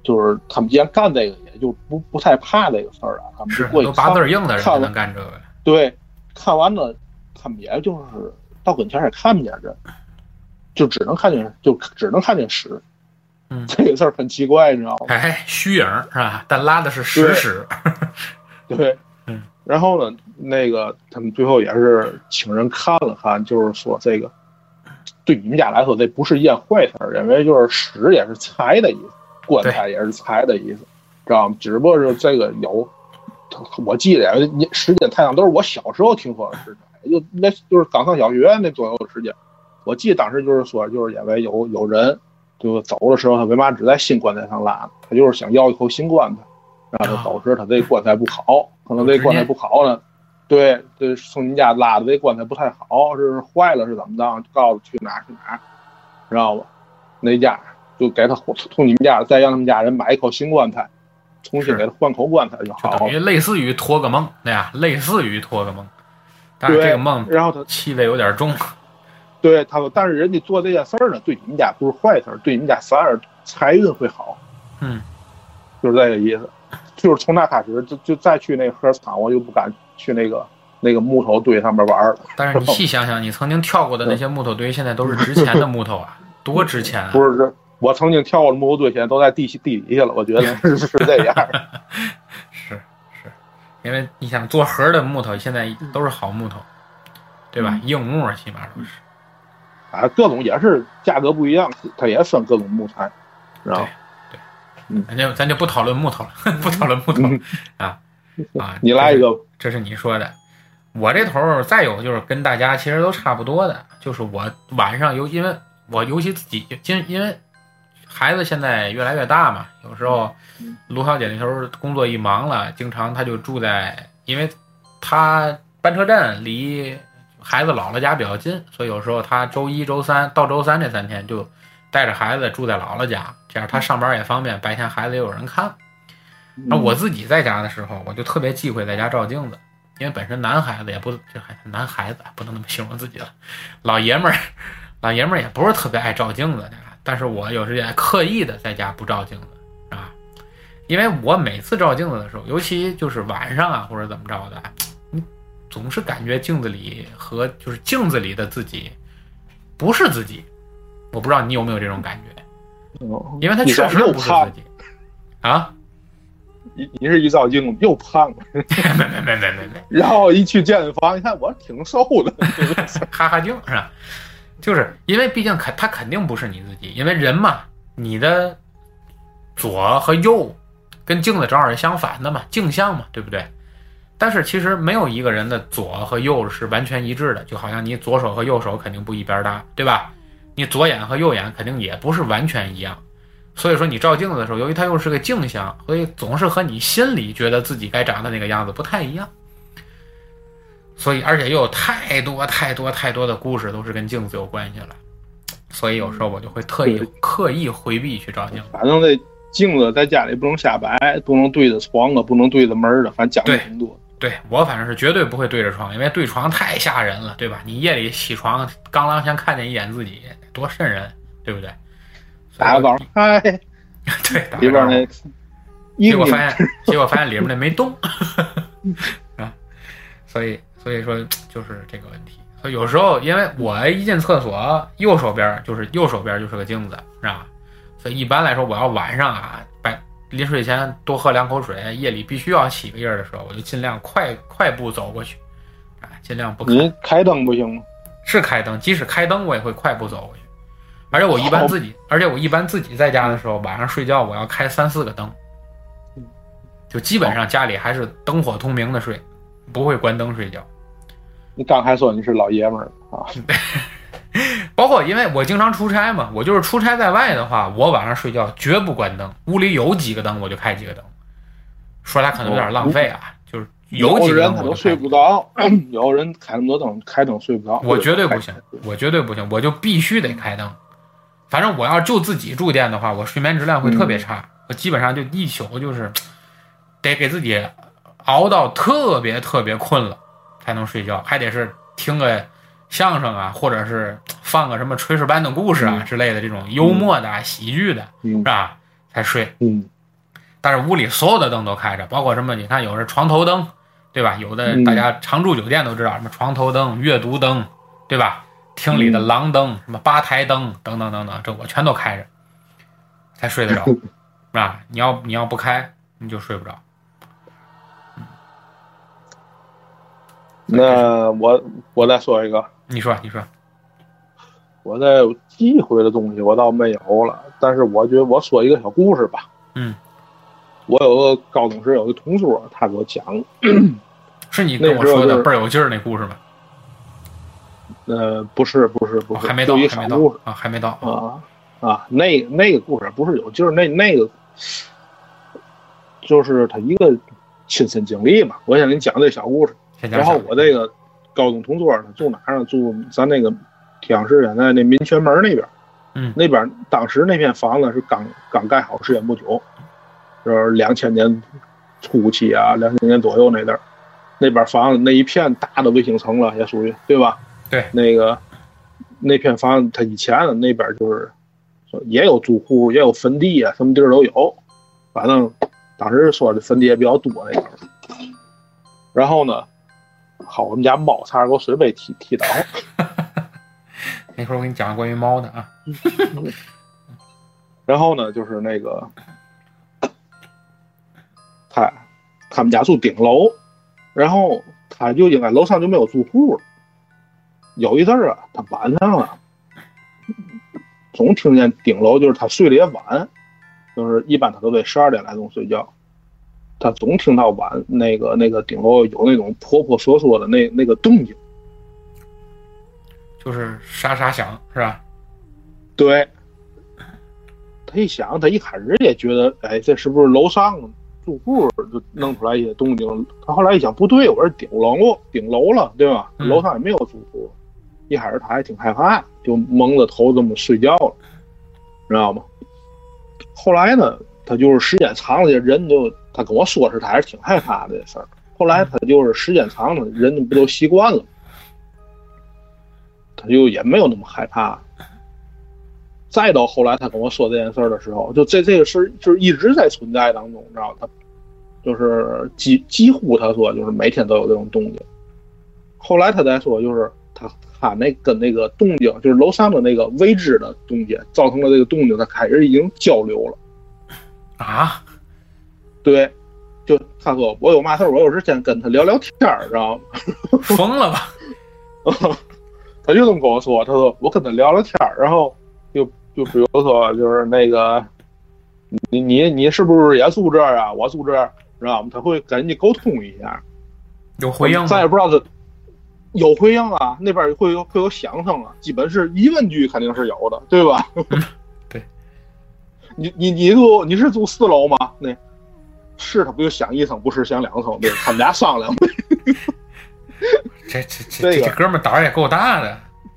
Speaker 2: 就是他们既然干这个，也就不不太怕这个事儿了。他们就是过去
Speaker 1: 都八
Speaker 2: 看
Speaker 1: 字儿硬的人
Speaker 2: 看
Speaker 1: 才
Speaker 2: 完
Speaker 1: 能干这个。
Speaker 2: 对，看完了，他们也就是到跟前儿也看不见人，就只能看见就只能看见屎。
Speaker 1: 嗯
Speaker 2: 这个事儿很奇怪，你知道吗？
Speaker 1: 哎，虚影儿是吧？但拉的是实时，
Speaker 2: 对，
Speaker 1: 嗯。
Speaker 2: 然后呢，那个他们最后也是请人看了看，就是说这个对你们家来说，这不是一件坏事儿，因为就是屎也是财的意思，棺材也是财的意思，知道吗？只不过是这个有，我记得也年时间太长，都是我小时候听说的事情，就那就是刚上小学那左右的时间。我记得当时就是说，就是因为有有人，就走的时候，他为嘛只在新棺材上拉呢？他就是想要一口新棺材，然后
Speaker 1: 啊
Speaker 2: 他导致他这棺材不好，可能这棺材不好呢，对，这从你家拉的这棺材不太好，是坏了是怎么着？就告诉去哪儿去哪儿，知道吧？那家就给他换从你们家再让他们家人买一口新棺材，重新
Speaker 1: 是
Speaker 2: 给他换口棺材就
Speaker 1: 就
Speaker 2: 好
Speaker 1: 等
Speaker 2: 了。
Speaker 1: 于类似于托个梦，对吧？类似于托个梦，但是
Speaker 2: 对
Speaker 1: 这个梦
Speaker 2: 然后他
Speaker 1: 气味有点重。
Speaker 2: 对他说，但是人家做这件事儿呢，对你们家不是坏事儿，对你们家反而财运会好。
Speaker 1: 嗯，
Speaker 2: 就是这个意思。就是从那开始，就就再去那核厂，我就不敢去那个那个木头堆上面玩儿了。
Speaker 1: 但是你细想想，你曾经跳过的那些木头堆，现在都是值钱的木头啊，多值钱啊！
Speaker 2: 不是，这我曾经跳过的木头堆，现在都在地地底下了。我觉得是是这样儿。
Speaker 1: 是是，因为你想做盒儿的木头，现在
Speaker 2: 嗯
Speaker 1: 都是好木头，对吧？硬木起码都是。
Speaker 2: 啊，各种也是价格不一样，它也分各种木材，知道吗？
Speaker 1: 咱就咱就不讨论木头了， 不讨论木头了啊啊！
Speaker 2: 嗯 你来一个，
Speaker 1: 这是你说的。我这头儿再有就是跟大家其实都差不多的，就是我晚上尤因为我尤其自己，因因为孩子现在越来越大嘛，有时候卢小姐那头儿工作一忙了，经常她就住在，因为她班车站离孩子姥姥家比较近，所以有时候她周一、周三到周三这三天就带着孩子住在姥姥家，这样她上班也方便，白天孩子也有人看。那啊我自己在家的时候，我就特别忌讳在家照镜子，因为本身男孩子也不这还男孩子不能那么形容自己了，老爷们儿， 老爷们儿也不是特别爱照镜子的，但是我有时也刻意的在家不照镜子啊，因为我每次照镜子的时候，尤其就是晚上啊或者怎么着的，你总是感觉镜子里和就是镜子里的自己不是自己，我不知道你有没有这种感觉，
Speaker 2: 嗯
Speaker 1: 因为他
Speaker 2: 你
Speaker 1: 确
Speaker 2: 咋
Speaker 1: 实
Speaker 2: 又
Speaker 1: 不是
Speaker 2: 胖
Speaker 1: 自，己啊，
Speaker 2: 你你是一照镜子又胖了，
Speaker 1: 没没没没没没。
Speaker 2: 然后一去健身房，一看我挺瘦的，
Speaker 1: 哈哈镜是吧？就是因为毕竟肯他肯定不是你自己，因为人嘛，你的左和右跟镜子正好是相反的嘛，镜像嘛，对不对？但是其实没有一个人的左和右是完全一致的，就好像你左手和右手肯定不一边搭，对吧？你左眼和右眼肯定也不是完全一样，所以说你照镜子的时候，由于它又是个镜像，所以总是和你心里觉得自己该长的那个样子不太一样。所以而且又有太多太多太多的故事都是跟镜子有关系了，所以有时候我就会特意
Speaker 2: 对
Speaker 1: 刻意回避去照镜子。
Speaker 2: 反正这镜子在家里不能瞎摆，不能对着床啊，不能对着门儿的，反正讲究
Speaker 1: 对
Speaker 2: 挺多。
Speaker 1: 对我反正是绝对不会对着床，因为对床太吓人了，对吧？你夜里起床，刚啷先看见一眼自己，多瘆人，对不对？
Speaker 2: 打 个
Speaker 1: 包，
Speaker 2: 招呼，嗨，
Speaker 1: 对，打
Speaker 2: 里
Speaker 1: 个
Speaker 2: 边
Speaker 1: 招
Speaker 2: 那
Speaker 1: 呼。
Speaker 2: 衣
Speaker 1: 结
Speaker 2: 服
Speaker 1: 果发现，结果发现里面那没动， 啊，所以所以说就是这个问题。所以有时候因为我一进厕所，右手边就是右手边就是个镜子，是吧？所以一般来说，我要晚上啊，白临睡前多喝两口水，夜里必须要起个夜儿的时候，我就尽量快快步走过去，啊，尽量不看。
Speaker 2: 您开灯不行吗？
Speaker 1: 是开灯，即使开灯我也会快步走过去。而且我一般自
Speaker 2: 哦
Speaker 1: 己，而且我一般自己在家的时候，晚上睡觉我要开三四个灯，就基本上家里还是灯火通明的睡，不会关灯睡觉。
Speaker 2: 你刚还说你是老爷们儿啊，
Speaker 1: 包括因为我经常出差嘛，我就是出差在外的话，我晚上睡觉绝不关灯，屋里有几个灯我就开几个灯。说来可能有点浪费啊，就是有几
Speaker 2: 的
Speaker 1: 个
Speaker 2: 人
Speaker 1: 灯
Speaker 2: 哦可
Speaker 1: 我
Speaker 2: 能
Speaker 1: 就
Speaker 2: 睡
Speaker 1: 开。
Speaker 2: 不着，有的人开那么多灯，开灯睡不着。
Speaker 1: 我绝对不行，我绝对不行，我就必须得开灯。反正我要就自己住店的话，我睡眠质量会特别差，我基本上就一宿就是得给自己熬到特别特别困了才能睡觉，还得是听个相声啊，或者是放个什么炊事班的故事啊
Speaker 2: 嗯
Speaker 1: 之类的这种幽默的啊、喜剧的，
Speaker 2: 嗯
Speaker 1: 是吧？才睡。
Speaker 2: 嗯，
Speaker 1: 但是屋里所有的灯都开着，包括什么，你看有的床头灯，对吧？有的
Speaker 2: 嗯
Speaker 1: 大家常住酒店都知道，什么床头灯、阅读灯，对吧？厅里的
Speaker 2: 嗯
Speaker 1: 廊灯、什么吧台灯等等等等，这我全都开着，才睡得 着，是吧？你要你要不开，你就睡不着。
Speaker 2: 那我我再说一个，
Speaker 1: 你说，你说，
Speaker 2: 我再记回的东西我倒没有了，但是我觉得我说一个小故事吧。
Speaker 1: 嗯，
Speaker 2: 我有个高中时有个同桌，他给我讲，
Speaker 1: 是你跟我说的倍儿有劲儿那故事吗？
Speaker 2: 呃，不是不是
Speaker 1: 哦
Speaker 2: 不是，
Speaker 1: 还没到，
Speaker 2: 就一
Speaker 1: 还
Speaker 2: 小
Speaker 1: 没
Speaker 2: 故事。
Speaker 1: 到啊，还没到。
Speaker 2: 啊啊，那那个故事不是有，就是那那个，就是他一个亲身经历嘛。我想给你讲这小故事。
Speaker 1: 先讲
Speaker 2: 然后
Speaker 1: 小
Speaker 2: 我这个高中同桌呢，住哪儿呢？住咱那个铁阳市现在那民权门那边。
Speaker 1: 嗯
Speaker 2: 那边当时那片房子是刚刚盖好，时间不久，就是两千年初期啊，两千年左右那阵儿，那边房子那一片大的卫星城了，也属于对吧？
Speaker 1: 对，
Speaker 2: 那个那片房子，它以前呢那边就是说也有住户，也有坟地啊，什么地儿都有，反正当时说的坟地也比较多那边儿。然后呢，好，我们家猫差点给我水杯踢踢倒。
Speaker 1: 那会儿我给你讲关于猫的啊，
Speaker 2: 然后呢，就是那个他他们家住顶楼，然后他就应该楼上就没有住户了。有一阵儿啊，他晚上啊，总听见顶楼，就是他睡得也晚，就是一般他都得十二点来钟睡觉，他总听到晚那个那个顶楼有那种婆婆嗦嗦的那那个动静。
Speaker 1: 就是沙沙响，是吧？
Speaker 2: 对，他一想，他一开始也觉得，哎，这是不是楼上住户就弄出来一些动静？他后来一想，不对，我是顶楼，顶楼了，对吧？
Speaker 1: 嗯
Speaker 2: 楼上也没有住户。一开始他还挺害怕，就蒙着头这么睡觉了，知道吗？后来呢，他就是时间长了，这人就他跟我说是他还是挺害怕的这事儿。后来他就是时间长了，人不都习惯了，他就也没有那么害怕了。再到后来，他跟我说这件事儿的时候，就这这个事儿就是一直在存在当中，你知道他就是几几乎他说就是每天都有这种动静。后来他再说，就是他他那跟那个动静，就是楼上的那个未知的东西，造成了这个动静，他开始已经交流了。
Speaker 1: 啊，
Speaker 2: 对，就他说我有嘛事儿，我有时间跟他聊聊天儿，知道吗？
Speaker 1: 疯了吧？
Speaker 2: 他就这么跟我说，他说我跟他聊聊天儿，然后就就比如说就是那个，你你你是不是也住这儿啊？我住这儿，知道吗？他会跟人家沟通一下，
Speaker 1: 有回应
Speaker 2: 咱
Speaker 1: 吗
Speaker 2: 也？不知道他有回应啊，那边儿会有会有响声啊，基本是疑问句肯定是有的，对吧？
Speaker 1: 对。
Speaker 2: 你你你住你是住四楼吗？那是他不就响一声，不是响两声，对，他们俩商量。
Speaker 1: 这这这
Speaker 2: 这
Speaker 1: 这
Speaker 2: 个
Speaker 1: 这哥们儿胆儿也够大的。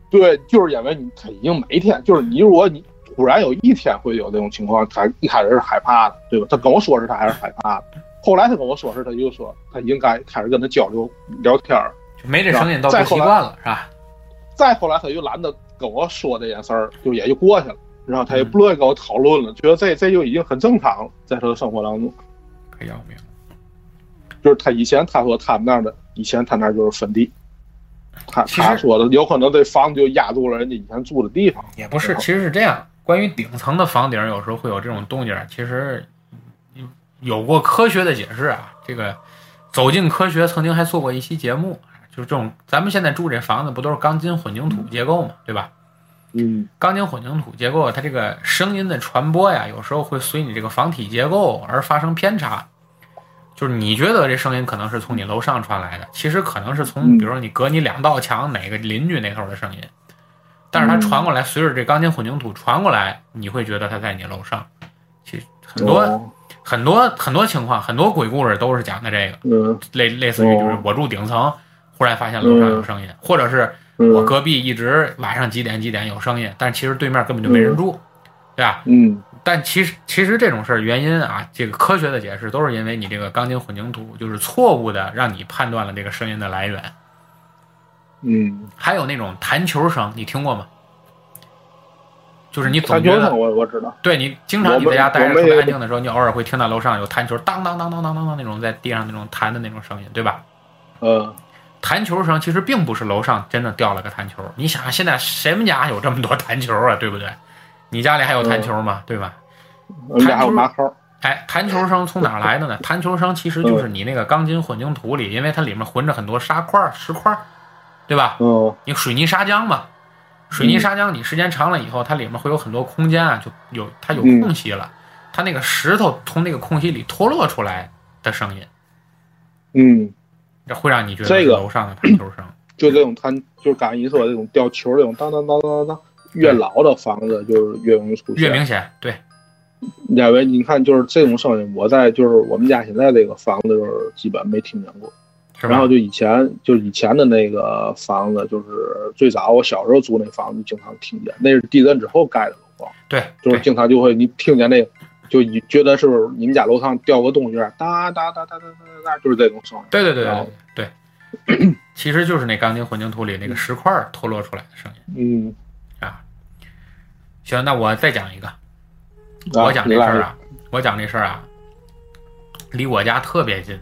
Speaker 2: 对，就是因为你他已经每天，就是你如果你突然有一天会有这种情况，他一开始是害怕的，对吧？他跟我说是他还是害怕的，后来他跟我说是，他就说他应该开始跟他交流聊天儿，
Speaker 1: 就没这声音倒
Speaker 2: 再
Speaker 1: 不
Speaker 2: 后
Speaker 1: 习
Speaker 2: 来
Speaker 1: 惯了，是吧？
Speaker 2: 再后来他就懒得跟我说这件事儿，就也就过去了，然后他
Speaker 1: 嗯
Speaker 2: 也不乐意跟我讨论了，觉得这这就已经很正常了，在他的生活当中，
Speaker 1: 可要命！
Speaker 2: 就是他以前他说他们那儿的，以前他那儿就是坟地。他
Speaker 1: 其实
Speaker 2: 他说的有可能这房子就压住了人家以前住的地方，
Speaker 1: 也不是，
Speaker 2: 然后
Speaker 1: 其实是这样。关于顶层的房顶，有时候会有这种动静儿，其实嗯有过科学的解释啊。这个走进科学曾经还做过一期节目，就是这种咱们现在住这房子不都是钢筋混凝土结构嘛，对吧？
Speaker 2: 嗯，
Speaker 1: 钢筋混凝土结构它这个声音的传播呀，有时候会随你这个房体结构而发生偏差。就是你觉得这声音可能是从你楼上传来的，其实可能是从
Speaker 2: 嗯
Speaker 1: 比如说你隔你两道墙哪个邻居那头的声音，但是它传过来，随着这钢筋混凝土传过来，你会觉得它在你楼上。其实很多、
Speaker 2: 哦
Speaker 1: 很多很多情况，很多鬼故事都是讲的这个，
Speaker 2: 嗯
Speaker 1: 类类似于就是我住顶层，忽然发现楼上有声音，或者是我
Speaker 2: 嗯
Speaker 1: 隔壁一直晚上几点几点有声音，但其实对面根本就没人住，对吧？
Speaker 2: 嗯
Speaker 1: 但其实其实这种事儿原因啊，这个科学的解释都是因为你这个钢筋混凝土就是错误的让你判断了这个声音的来源。
Speaker 2: 嗯，
Speaker 1: 还有那种弹球声，你听过吗？就是你
Speaker 2: 他
Speaker 1: 总觉
Speaker 2: 觉
Speaker 1: 得
Speaker 2: 得我我知道，
Speaker 1: 对你经常
Speaker 2: 我
Speaker 1: 你
Speaker 2: 没
Speaker 1: 在家待着
Speaker 2: 我
Speaker 1: 特
Speaker 2: 没
Speaker 1: 别安静的时候，你偶尔会听到楼上有弹球当当当当当当当那种在地上那种弹的那种声音，对吧？
Speaker 2: 嗯
Speaker 1: 弹球声其实并不是楼上真的掉了个弹球，你想啊想现在谁们家有这么多弹球啊，对不对？你家里还有弹球吗？对吧？
Speaker 2: 我们家还有马扣，
Speaker 1: 哎，弹球声从哪儿来的呢？弹球声其实就是你那个钢筋混凝土里，因为它里面混着很多沙块儿、石块儿，对吧？
Speaker 2: 嗯
Speaker 1: 你水泥砂浆嘛，水泥砂浆你时间长了以后，它里面会有很多空间啊，就有它有空隙了，它那个石头从那个空隙里脱落出来的声音，
Speaker 2: 嗯，
Speaker 1: 这会让你觉得
Speaker 2: 这
Speaker 1: 是
Speaker 2: 个
Speaker 1: 楼上的弹球声。
Speaker 2: 就这种他就是刚才你说的这种吊球这种当当当当当，越老的房子就是越容易出现，
Speaker 1: 越明显，对，
Speaker 2: 因为你看，就是这种声音，我在就是我们家现在这个房子就是基本没听见过。
Speaker 1: 是吧
Speaker 2: 然后？就以前就以前的那个房子，就是最早我小时候租那房子，就经常听见，那是地震之后盖的楼房，
Speaker 1: 对，
Speaker 2: 就是
Speaker 1: 对
Speaker 2: 经常就会你听见那，就你觉得是不是你们家楼上掉个东西，哒哒哒哒哒哒哒哒，就是这种声音。
Speaker 1: 对对对
Speaker 2: 然
Speaker 1: 对
Speaker 2: 后
Speaker 1: 对，其实就是那钢筋混凝土里那个石块儿脱落出来的声音
Speaker 2: 嗯，
Speaker 1: 啊。行，那我再讲一个，
Speaker 2: 啊
Speaker 1: 我讲这事儿，
Speaker 2: 你
Speaker 1: 啊，我讲这事儿啊，离我家特别近，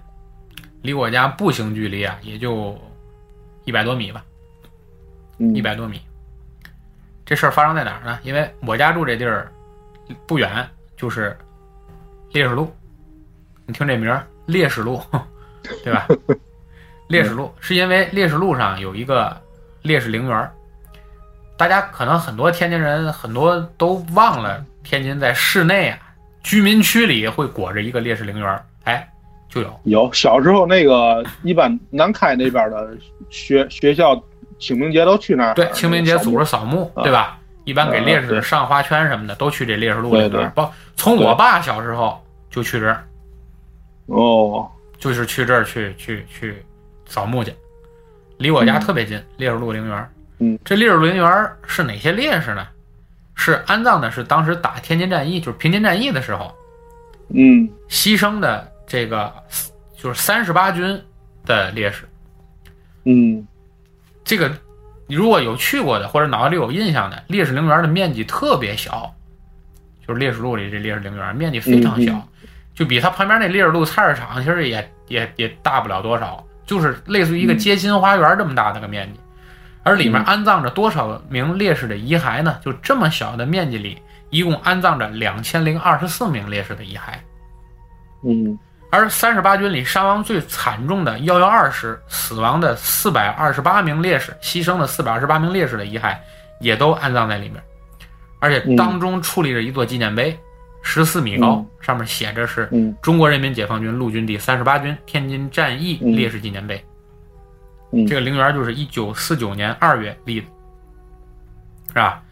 Speaker 1: 离我家步行距离啊也就一百多米吧，
Speaker 2: 嗯，
Speaker 1: 一百多米。这事儿发生在哪儿呢？因为我家住这地儿不远，就是烈士路。你听这名儿，烈士路， 对吧？烈士路是因为烈士路上有一个烈士陵园儿，大家可能很多天津人很多都忘了，天津在市内啊居民区里会裹着一个烈士陵园儿，哎，就有。
Speaker 2: 有小时候那个一般南开那边的学学校清明节都去那儿，
Speaker 1: 对，清明节组
Speaker 2: 织
Speaker 1: 织扫墓，
Speaker 2: 啊
Speaker 1: 对吧？一般给
Speaker 2: 啊
Speaker 1: 烈士
Speaker 2: 对
Speaker 1: 上花圈什么的，都去这烈士路里
Speaker 2: 对
Speaker 1: 边
Speaker 2: 对。
Speaker 1: 包从我
Speaker 2: 对
Speaker 1: 爸小时候就去这儿，
Speaker 2: 哦，
Speaker 1: 就是去这儿去去去扫墓去，离我家
Speaker 2: 嗯
Speaker 1: 特别近，烈士路陵园。
Speaker 2: 嗯，
Speaker 1: 这烈士路陵园是哪些烈士呢？是安葬的是当时打天津战役，就是平津战役的时候
Speaker 2: 嗯
Speaker 1: 牺牲的这个，就是三十八军的烈士。
Speaker 2: 嗯
Speaker 1: 这个你如果有去过的或者脑子里有印象的，烈士陵园的面积特别小，就是烈士路里这烈士陵园面积非常小，
Speaker 2: 嗯
Speaker 1: 就比它旁边那烈士路菜市场其实也也也大不了多少，就是类似于一个街心花园这么大的个面积，而里面
Speaker 2: 嗯
Speaker 1: 安葬着多少名烈士的遗骸呢？就这么小的面积里，一共安葬着两千零二十四名烈士的遗骸。
Speaker 2: 嗯
Speaker 1: 而三十八军里伤亡最惨重的幺幺二师，死亡的四百二十八名烈士，牺牲的四百二十八名烈士的遗骸也都安葬在里面，而且当中矗立着一座纪念碑，十四米高
Speaker 2: 嗯，
Speaker 1: 上面写着是
Speaker 2: 嗯
Speaker 1: 中国人民解放军陆军第三十八军天津战役
Speaker 2: 嗯
Speaker 1: 烈士纪念碑。
Speaker 2: 嗯
Speaker 1: 这个陵园就是一九四九年二月立的，是吧？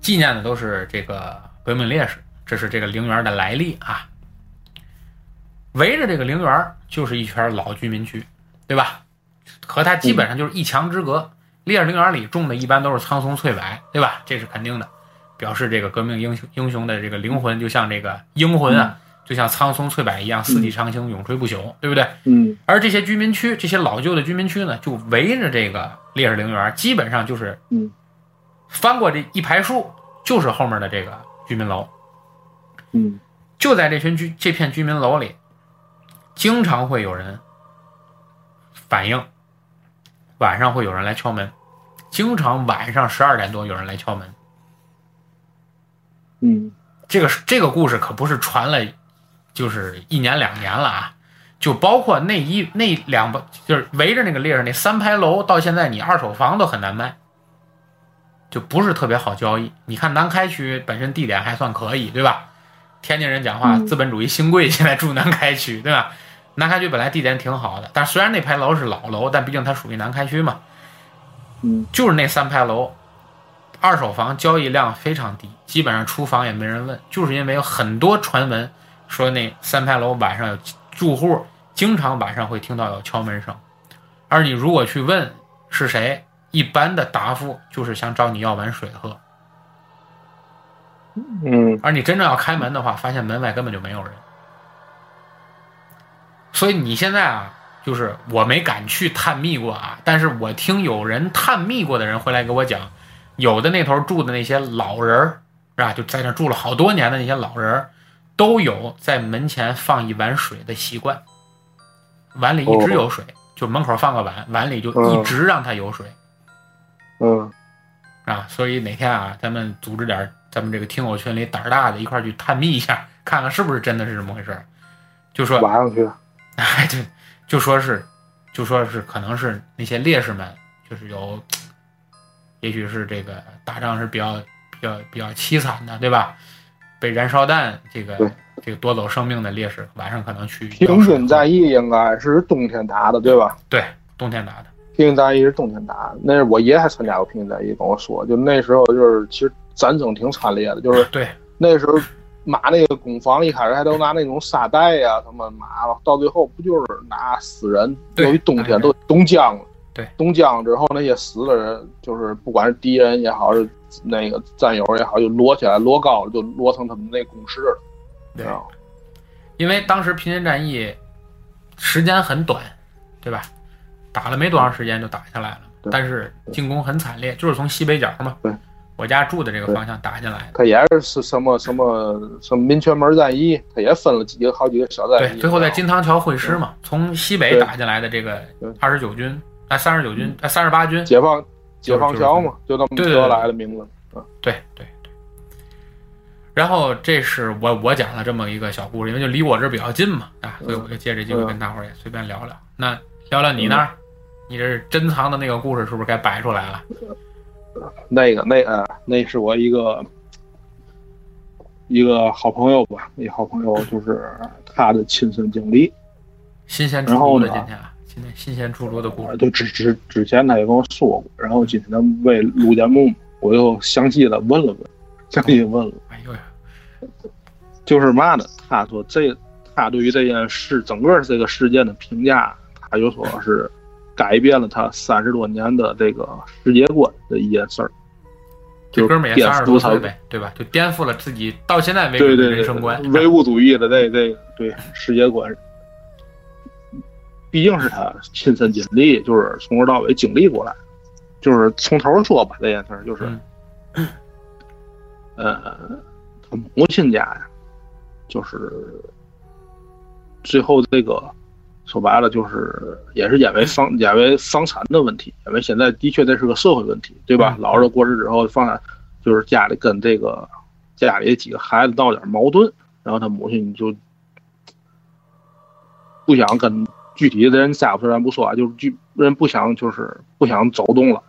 Speaker 1: 纪念的都是这个革命烈士，这是这个陵园的来历啊。围着这个陵园就是一圈老居民区，对吧？和它基本上就是一墙之隔。烈士陵园里种的一般都是苍松翠柏，对吧？这是肯定的，表示这个革命英雄英雄的这个灵魂就像这个英魂啊，
Speaker 2: 嗯
Speaker 1: 就像苍松翠柏一样，四季常青，永垂不朽，对不对？
Speaker 2: 嗯
Speaker 1: 而这些居民区，这些老旧的居民区呢，就围着这个烈士陵园，基本上就是
Speaker 2: 嗯
Speaker 1: 翻过这一排树，就是后面的这个居民楼。
Speaker 2: 嗯
Speaker 1: 就在这群居这片居民楼里，经常会有人反映，晚上会有人来敲门，经常晚上十二点多有人来敲门。
Speaker 2: 嗯
Speaker 1: 这个是这个故事可不是传了就是一年两年了啊，就包括那一那两排，就是围着那个列上那三排楼，到现在你二手房都很难卖，就不是特别好交易。你看南开区本身地点还算可以，对吧？天津人讲话，
Speaker 3: 嗯
Speaker 1: 资本主义新贵 现在住南开区，对吧？南开区本来地点挺好的，但虽然那排楼是老楼，但毕竟它属于南开区嘛，
Speaker 2: 嗯，
Speaker 1: 就是那三排楼，二手房交易量非常低，基本上出房也没人问，就是因为有很多传闻说那三排楼晚上有住户经常晚上会听到有敲门声，而你如果去问是谁，一般的答复就是想找你要碗水喝，
Speaker 2: 嗯，
Speaker 1: 而你真正要开门的话，发现门外根本就没有人。所以你现在啊，就是我没敢去探秘过啊，但是我听有人探秘过的人回来给我讲，有的那头住的那些老人儿是吧，就在那住了好多年的那些老人儿，都有在门前放一碗水的习惯，碗里一直有水，就门口放个碗，碗里就一直让它有水。
Speaker 2: 嗯，
Speaker 1: 啊，所以哪天啊，咱们组织点儿咱们这个听友群里胆儿大的，一块儿去探秘一下，看看是不是真的是这么回事儿。就说，
Speaker 2: 晚上去，
Speaker 1: 哎，对，就说是，就说是，可能是那些烈士们，就是有，也许是这个打仗是比较比较比较凄惨的，对吧？被燃烧弹这个
Speaker 2: 对
Speaker 1: 这个夺走生命的烈士，晚上可能去
Speaker 2: 平
Speaker 1: 要
Speaker 2: 津
Speaker 1: 水
Speaker 2: 战役应该是冬天打的，对吧？
Speaker 1: 对冬天打的，
Speaker 2: 平津战役是冬天打的，那是我爷还参加过平津战役，跟我说，就那时候就是其实战争挺惨烈的，就是
Speaker 1: 对
Speaker 2: 那时候码那个攻防，一开始还都拿那种啊沙袋呀、什么码了，到最后不就是拿死人？
Speaker 1: 对
Speaker 2: 由于冬天都冻僵了，
Speaker 1: 对，
Speaker 2: 冻僵之后那些死的人，就是不管是敌人也好，是那个战友也好，就摞起来摞高了，就摞成他们那工事了，啊
Speaker 1: 对
Speaker 2: 知，道吗
Speaker 1: 因为当时平津战役时间很短，对吧？打了没多长时间就打下来了，
Speaker 2: 对
Speaker 1: 但是进攻很惨烈，就是从西北角嘛
Speaker 2: 对，
Speaker 1: 我家住的这个方向打进来的。
Speaker 2: 他也是什么什么什么民权门战役，他也分了几个好几个小战役。啊
Speaker 1: 对，最后在
Speaker 2: 知
Speaker 1: 金堂桥会师嘛，从西北
Speaker 2: 对
Speaker 1: 打进来的这个
Speaker 2: 对嗯
Speaker 1: 二十九军啊，三十九军啊，三十八军
Speaker 2: 道吗，解放解放桥嘛，就那么
Speaker 1: 对对
Speaker 2: 得来的名字。
Speaker 1: 对对对。然后这是我我讲了这么一个小故事，因为就离我这儿比较近嘛啊，所以我就借这机会
Speaker 2: 嗯
Speaker 1: 跟大伙儿也随便聊聊。那聊聊你那儿，你这是珍藏的那个故事是不是该摆出来了？
Speaker 2: 那个那呃，那是我一个一个好朋友吧，一个好朋友就是他的亲身经历。
Speaker 1: 新鲜出
Speaker 2: 然
Speaker 1: 炉
Speaker 2: 后
Speaker 1: 的
Speaker 2: 呢
Speaker 1: 今天啊，今天新鲜出炉的故
Speaker 2: 我
Speaker 1: 事，
Speaker 2: 就之之之前他也跟我说过，然后今天咱们为录节目，我又详细的问了问，详细地问了，
Speaker 1: 哎呦呀，
Speaker 2: 就是嘛呢？他说这他对于这件事整个这个事件的评价，他就说是改变了他三十多年的这个世界观的一件事儿。
Speaker 1: 这
Speaker 2: 就
Speaker 1: 哥们儿也
Speaker 2: 颠
Speaker 1: 三十
Speaker 2: 覆
Speaker 1: 多
Speaker 2: 他
Speaker 1: 岁呗，对吧？就颠覆了自己到现在为
Speaker 2: 对
Speaker 1: 止的
Speaker 2: 对对，
Speaker 1: 人生观。
Speaker 2: 唯物主义的这这个对世界观，毕竟是他亲身经历，就是从头到尾经历过来，就是从头说吧这件事儿，就是，
Speaker 1: 嗯
Speaker 2: 呃，他母亲家呀，就是最后这个说白了就是也是因为房因为房产的问题，因为现在的确这是个社会问题，对吧？
Speaker 1: 嗯
Speaker 2: 老了过世之后，房产就是家里跟这个家里几个孩子闹点矛盾，然后他母亲就不想跟具体的人家不咱不说啊，就是具人不想就是不想走动了。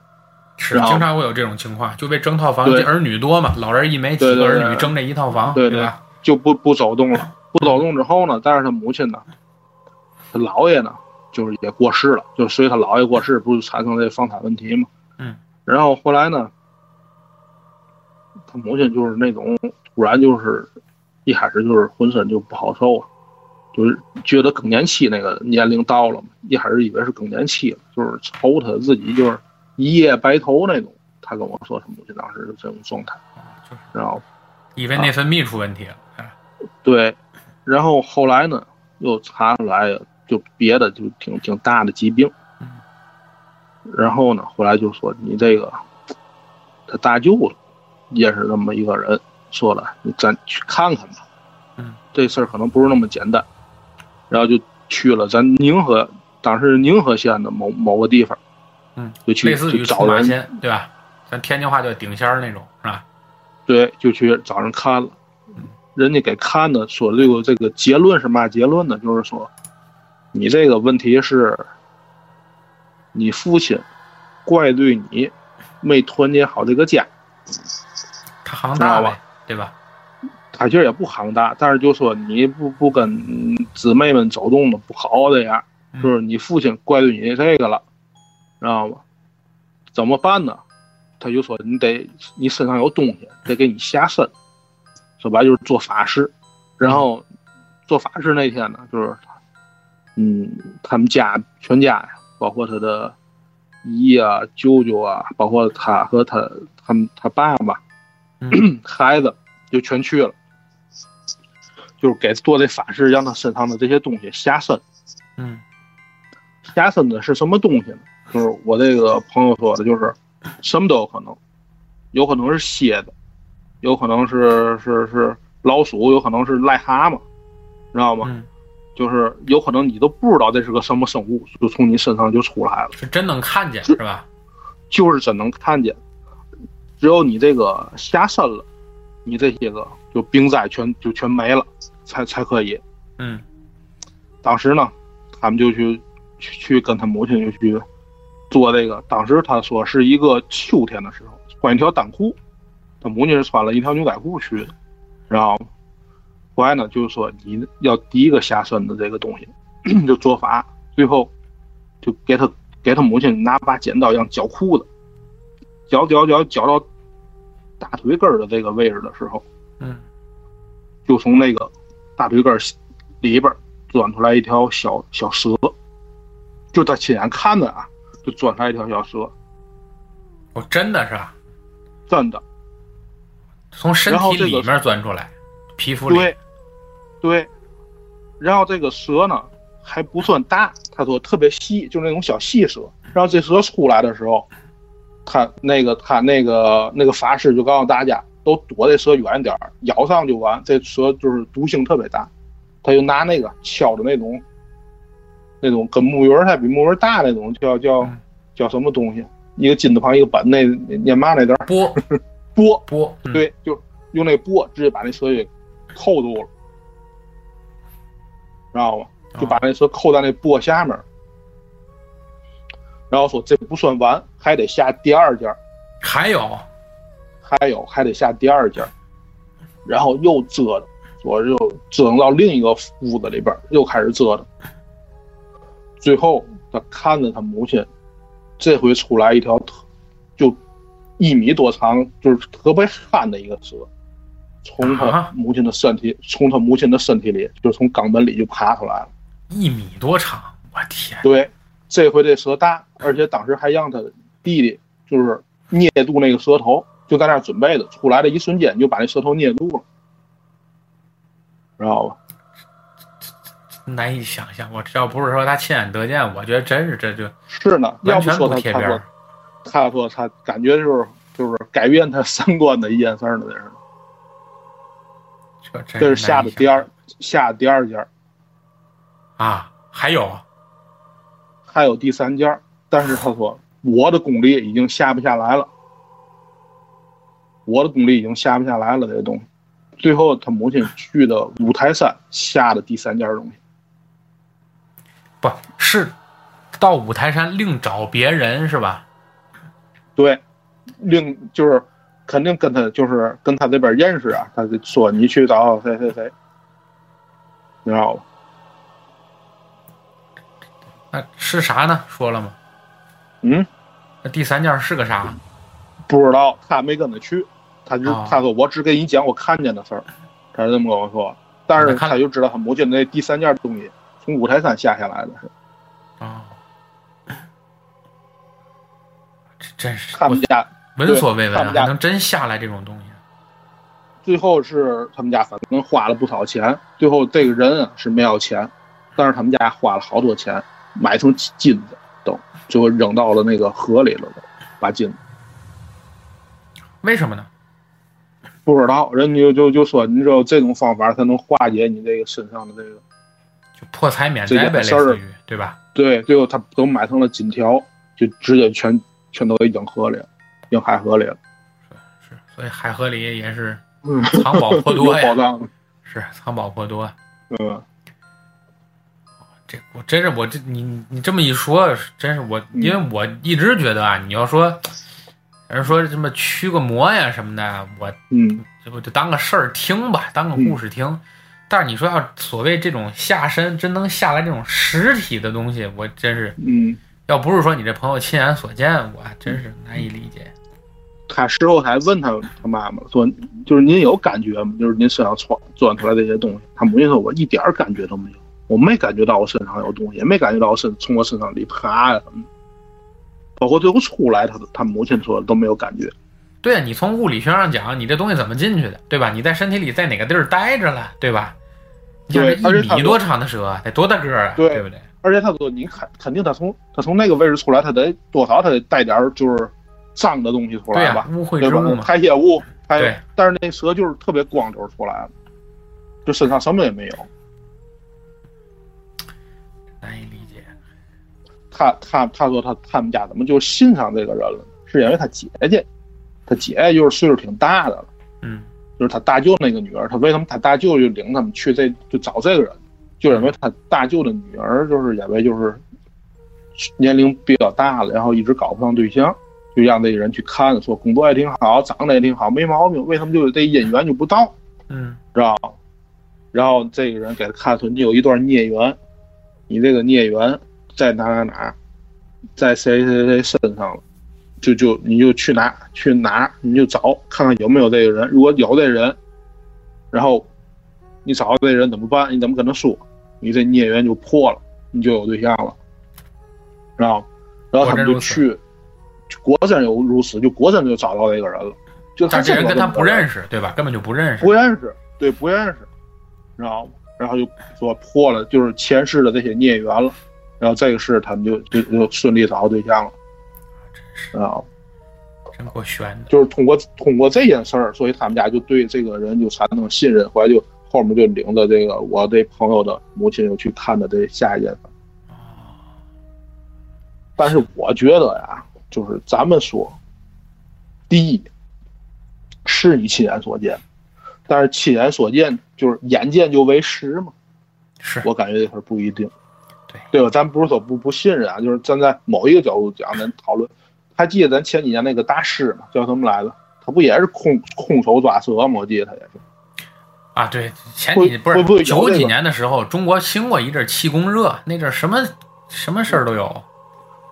Speaker 1: 是
Speaker 2: 然后
Speaker 1: 经常会有这种情况，就为争套房，
Speaker 2: 对
Speaker 1: 这儿女多嘛，老人一没几
Speaker 2: 对
Speaker 1: 个
Speaker 2: 对对
Speaker 1: 儿女争这一套房，
Speaker 2: 对对
Speaker 1: 吧？
Speaker 2: 就不不走动了。不走动之后呢，但是他母亲呢，他姥爷呢，就是也过世了，就随他姥爷过世，不是产生这房产问题嘛。
Speaker 1: 嗯。
Speaker 2: 然后后来呢，他母亲就是那种突然就是，一开始就是浑身就不好受啊，就是觉得更年期那个年龄到了嘛，一开始以为是更年期了，就是愁他自己就是一夜白头那种。他跟我说，他母亲当时是这种状态，
Speaker 1: 就是
Speaker 2: 然后
Speaker 1: 以为内分泌出问题了，啊
Speaker 2: 啊
Speaker 1: 是吧
Speaker 2: 对，然后后来呢，又查出来就别的就挺挺大的疾病
Speaker 1: 嗯，
Speaker 2: 然后呢，后来就说你这个他大舅也是那么一个人，说了你咱去看看吧，
Speaker 1: 嗯，
Speaker 2: 这事儿可能不是那么简单，然后就去了咱宁河，当时宁河县的某某个地方，
Speaker 1: 嗯，
Speaker 2: 就去
Speaker 1: 类似于
Speaker 2: 就
Speaker 1: 出
Speaker 2: 找
Speaker 1: 马
Speaker 2: 人
Speaker 1: 仙，对吧？咱天津话叫顶仙儿那种，是吧？
Speaker 2: 对，就去找人看了
Speaker 1: 嗯。
Speaker 2: 人家给看的，说这个这个结论是嘛结论呢？就是说，你这个问题是，你父亲怪罪你没团结好这个家，
Speaker 1: 他行
Speaker 2: 知道
Speaker 1: 大
Speaker 2: 吧
Speaker 1: 呗，对吧？
Speaker 2: 他其实也不行大，但是就说你不不跟姊妹们走动的不好这样，
Speaker 1: 嗯
Speaker 2: 就是你父亲怪罪你这个了，知道吗？怎么办呢？他就说你得你身上有东西，得给你下身，说白了就是做法事，然后做法事那天呢，就是嗯，他们家全家呀，包括他的姨啊、舅舅啊，包括他和他他们他爸爸，
Speaker 1: 嗯
Speaker 2: 孩子就全去了，就是给做这法事，让他身上的这些东西下身。
Speaker 1: 嗯
Speaker 2: 下身的是什么东西呢？就是我这个朋友说的，就是什么都有可能，有可能是蝎子，有可能是是是老鼠，有可能是癞蛤蟆，知道吗？
Speaker 1: 嗯，
Speaker 2: 就是有可能你都不知道这是个什么生物，就从你身上就出来了，
Speaker 1: 是真能看见是吧？
Speaker 2: 就是真能看见。只有你这个下身了，你这些个就病灾全就全没了，才才可以。
Speaker 1: 嗯
Speaker 2: 当时呢，他们就去去去跟他母亲就去做这个。当时他说是一个秋天的时候，穿一条单裤，他母亲是穿了一条牛仔裤去的，知道吗？后来呢，就是说你要第一个下身的这个东西， 就做法，最后就给他给他母亲拿把剪刀让绞裤子，绞绞绞绞到大腿根儿的这个位置的时候，
Speaker 1: 嗯
Speaker 2: 就从那个大腿根儿里边儿钻出来一条小小蛇，就他亲眼看的啊，就钻出来一条小蛇，
Speaker 1: 我真的是啊
Speaker 2: 真的，
Speaker 1: 从身
Speaker 2: 然后
Speaker 1: 体
Speaker 2: 这个
Speaker 1: 里面钻出来，皮肤里，
Speaker 2: 对，对。然后这个蛇呢还不算大，他说特别细，就那种小细蛇。然后这蛇出来的时候，他那个他那个那个法师就告诉大家，都躲这蛇远点儿，咬上就完。这蛇就是毒性特别大，他就拿那个敲的那种，那种跟木鱼儿还比木鱼儿大那种，叫叫
Speaker 1: 嗯
Speaker 2: 叫什么东西？一个金字旁一个本，那那念嘛那字儿？
Speaker 1: 波
Speaker 2: 钵。
Speaker 1: 波，嗯，
Speaker 2: 对，就用那钵直接把那蛇给扣住了，知道吗？就把那蛇扣在那钵下面儿，然后说这不算完，还得下第二件儿，
Speaker 1: 还有
Speaker 2: 还有还得下第二件儿，然后又折腾，我又折腾到另一个屋子里边儿，又开始折腾，最后他看着他母亲，这回出来一条特就一米多长，就是特别憨的一个蛇，从他
Speaker 1: 啊
Speaker 2: 母亲的身体，从他母亲的身体里，就是从肛门里就爬出来了。
Speaker 1: 一米多长，我天，
Speaker 2: 对，这回这蛇大，而且当时还让他弟弟就是捏住那个蛇头，就在那儿准备的，出来的一瞬间就把那蛇头捏住了，知道吧？
Speaker 1: 难以想象。我只要不是说他亲眼得见，我觉得真是这就是
Speaker 2: 呢，要
Speaker 1: 完
Speaker 2: 不
Speaker 1: 全
Speaker 2: 说他
Speaker 1: 贴
Speaker 2: 他
Speaker 1: 边
Speaker 2: 说
Speaker 1: 儿。
Speaker 2: 他说他感觉就是就是改变他三观的一件事儿呢，这是
Speaker 1: 这真
Speaker 2: 这是
Speaker 1: 难
Speaker 2: 下
Speaker 1: 以
Speaker 2: 的
Speaker 1: 想
Speaker 2: 第二
Speaker 1: 象
Speaker 2: 下的第二件儿，
Speaker 1: 啊，还有
Speaker 2: 还有第三件儿，但是他说我的功力已经下不下来了，我的功力已经下不下来了这个东西。最后他母亲去的五台山下的第三件东西，
Speaker 1: 不是到五台山另找别人是吧？
Speaker 2: 对，另就是肯定跟他就是跟他这边认识啊，他就说你去找谁谁谁，你知道吧？
Speaker 1: 那是啥呢？说了吗？
Speaker 2: 嗯，
Speaker 1: 那第三件是个啥？
Speaker 2: 不知道，他没跟他去，他就、
Speaker 1: 哦
Speaker 2: 他说我只给你讲我看见的事儿，他是这么跟我说。但
Speaker 1: 那
Speaker 2: 是
Speaker 1: 看
Speaker 2: 他就知道他母亲那第三件东西从五台山下下来的是
Speaker 1: 哦，这真是
Speaker 2: 他们家，
Speaker 1: 闻所未
Speaker 2: 对他
Speaker 1: 闻啊，
Speaker 2: 们家
Speaker 1: 还能真下来这种东西？
Speaker 2: 最后是他们家反正花了不少钱，最后这个人啊是没要钱，但是他们家花了好多钱买成金子都，最后扔到了那个河里了，把金子
Speaker 1: 为什么呢？
Speaker 2: 不知道，人家就就就说你只有这种方法才能化解你这个身上的这个。
Speaker 1: 就破财免灾呗，类
Speaker 2: 这件事儿啊
Speaker 1: 似于对吧？
Speaker 2: 对，最后他都买成了金条，就直接全全都给扔河里了，扔海河里了。
Speaker 1: 是，所以海河里也是
Speaker 2: 嗯，
Speaker 1: 藏宝颇
Speaker 2: 有
Speaker 1: 多
Speaker 2: 宝
Speaker 1: 呀。
Speaker 2: 藏的，
Speaker 1: 是藏宝颇多。
Speaker 2: 嗯，
Speaker 1: 这我真是我这你你这么一说，真是我，
Speaker 2: 嗯
Speaker 1: 因为我一直觉得啊，你要说，人说什么驱个魔呀什么的，我
Speaker 2: 嗯，
Speaker 1: 我就当个事儿听吧，当个故事听。但是你说要所谓这种下身真能下来这种实体的东西，我真是
Speaker 2: 嗯，
Speaker 1: 要不是说你这朋友亲眼所见，我还真是难以理解。
Speaker 2: 他事后还问他他妈妈说，就是您有感觉吗？就是您身上窜钻出来这些东西。他母亲说，我一点儿感觉都没有，我没感觉到我身上有东西，也没感觉到我身从我身上里爬呀什么的。包括最后出来，他他母亲说都没有感觉。
Speaker 1: 对啊，你从物理学上讲，你这东西怎么进去的，对吧？你在身体里在哪个地儿待着了，对吧？你看
Speaker 2: 对而
Speaker 1: 这
Speaker 2: 且
Speaker 1: 一
Speaker 2: 它
Speaker 1: 米多长的蛇，得多大个儿啊，
Speaker 2: 对
Speaker 1: 对不对？
Speaker 2: 而且他说，你看，肯定他从他从那个位置出来，他得多少他得带点儿就是脏的东西出
Speaker 1: 对
Speaker 2: 来
Speaker 1: 呀
Speaker 2: 吧，，
Speaker 1: 污秽
Speaker 2: 对
Speaker 1: 之
Speaker 2: 吧
Speaker 1: 物？嘛。
Speaker 2: 排泄物，还有
Speaker 1: 对，
Speaker 2: 但是那蛇就是特别光溜出来了，就身上什么也没有。
Speaker 1: 难以理解。
Speaker 2: 他他他说他他们家怎么就信上这个人了呢？是因为他姐姐，他姐姐就是岁数挺大的了，
Speaker 1: 嗯，
Speaker 2: 就是他大舅那个女儿，他为什么他大舅就领他们去这就找这个人，就因为他大舅的女儿就是因为就是年龄比较大了，然后一直搞不上对象，就让这个人去看，说工作也挺好，长得也挺好，没毛病，为什么就这姻缘就不到？
Speaker 1: 嗯，
Speaker 2: 知道吗？然后这个人给他看出你有一段孽缘，你这个孽缘在哪哪哪，在谁谁谁身上了，就就你就去拿去拿，你就找看看有没有这个人，如果有这人，然后你找到这人怎么办？你怎么跟他说？你这孽缘就破了，你就有对象了，知道吗？然后他们就去，就果真有如此，就果真就找到这个人了。就
Speaker 1: 但
Speaker 2: 他
Speaker 1: 是这人跟他不认
Speaker 2: 识。
Speaker 1: 识，对吧？根本就不认识
Speaker 2: 不。认识，对，不认识，知道吗？然后就说破了，就是前世的这些孽缘了，然后这个世他们就就就顺利找到对象了，啊知道吗？
Speaker 1: 真够悬的。
Speaker 2: 就是通过通过这件事儿，所以他们家就对这个人就产生信任，后来就后面就领着这个我这朋友的母亲又去看的这下一件事儿。但是我觉得呀，就是咱们说，第一是你亲眼所见，但是亲眼所见就是眼见就为实嘛。
Speaker 1: 是，
Speaker 2: 我感觉这事儿不一定，
Speaker 1: 对
Speaker 2: 对吧？咱不是说不不信任啊，就是站在某一个角度讲，咱讨论。还记得咱前几年那个大师嘛，叫什么来着？他不也是空空手抓蛇吗？我记得他也是。
Speaker 1: 啊，对，前
Speaker 2: 会
Speaker 1: 几不
Speaker 2: 会不会
Speaker 1: 是
Speaker 2: 有
Speaker 1: 九
Speaker 2: 这
Speaker 1: 几
Speaker 2: 个
Speaker 1: 年的时候，中国兴过一阵气功热，那阵儿什么什么事儿都有。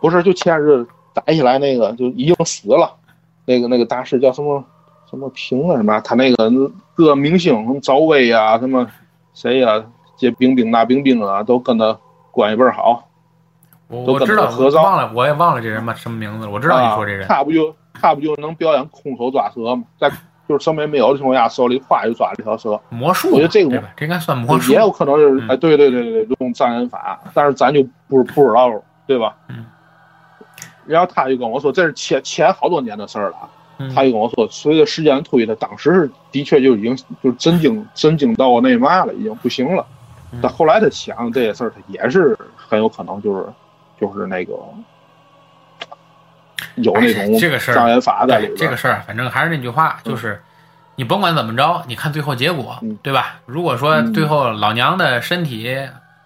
Speaker 2: 不是，就前日逮起来那个就已经死了，那个那个大师叫什么什么平啊什么，他那个各明星什么赵薇啊，什么谁呀、这冰冰那冰冰啊，都跟他关系倍儿好。
Speaker 1: 我
Speaker 2: 都
Speaker 1: 我
Speaker 2: 跟
Speaker 1: 知
Speaker 2: 他
Speaker 1: 道，
Speaker 2: 合
Speaker 1: 我
Speaker 2: 照
Speaker 1: 忘了，我也忘了这人嘛什么名字了。我知道你说这人
Speaker 2: 啊，他不就他不就能表演空手抓蛇吗？在就是什么也没有的情况下，手里咵就抓了一条蛇，
Speaker 1: 魔术嘛，
Speaker 2: 我觉得这个
Speaker 1: 对吧？这应该算魔术
Speaker 2: 也。有可能就是、
Speaker 1: 嗯
Speaker 2: 哎，对对对对，用障眼法，但是咱就不是不知道，对吧？
Speaker 1: 嗯。
Speaker 2: 然后他就跟我说，这是前前好多年的事儿了啊。
Speaker 1: 嗯
Speaker 2: 他就跟我说，随着时间推的，当时是的确就已经就震惊震惊到那嘛了，已经不行了
Speaker 1: 嗯。
Speaker 2: 但后来他想这些事儿，他也是很有可能就是就是那个有那
Speaker 1: 哎这个
Speaker 2: 种
Speaker 1: 事儿
Speaker 2: 障眼法在里
Speaker 1: 对
Speaker 2: 边。
Speaker 1: 这个事儿，反正还是那句话，就是你甭管怎么着，你看最后结果
Speaker 2: 嗯，
Speaker 1: 对吧？如果说
Speaker 2: 嗯
Speaker 1: 最后老娘的身体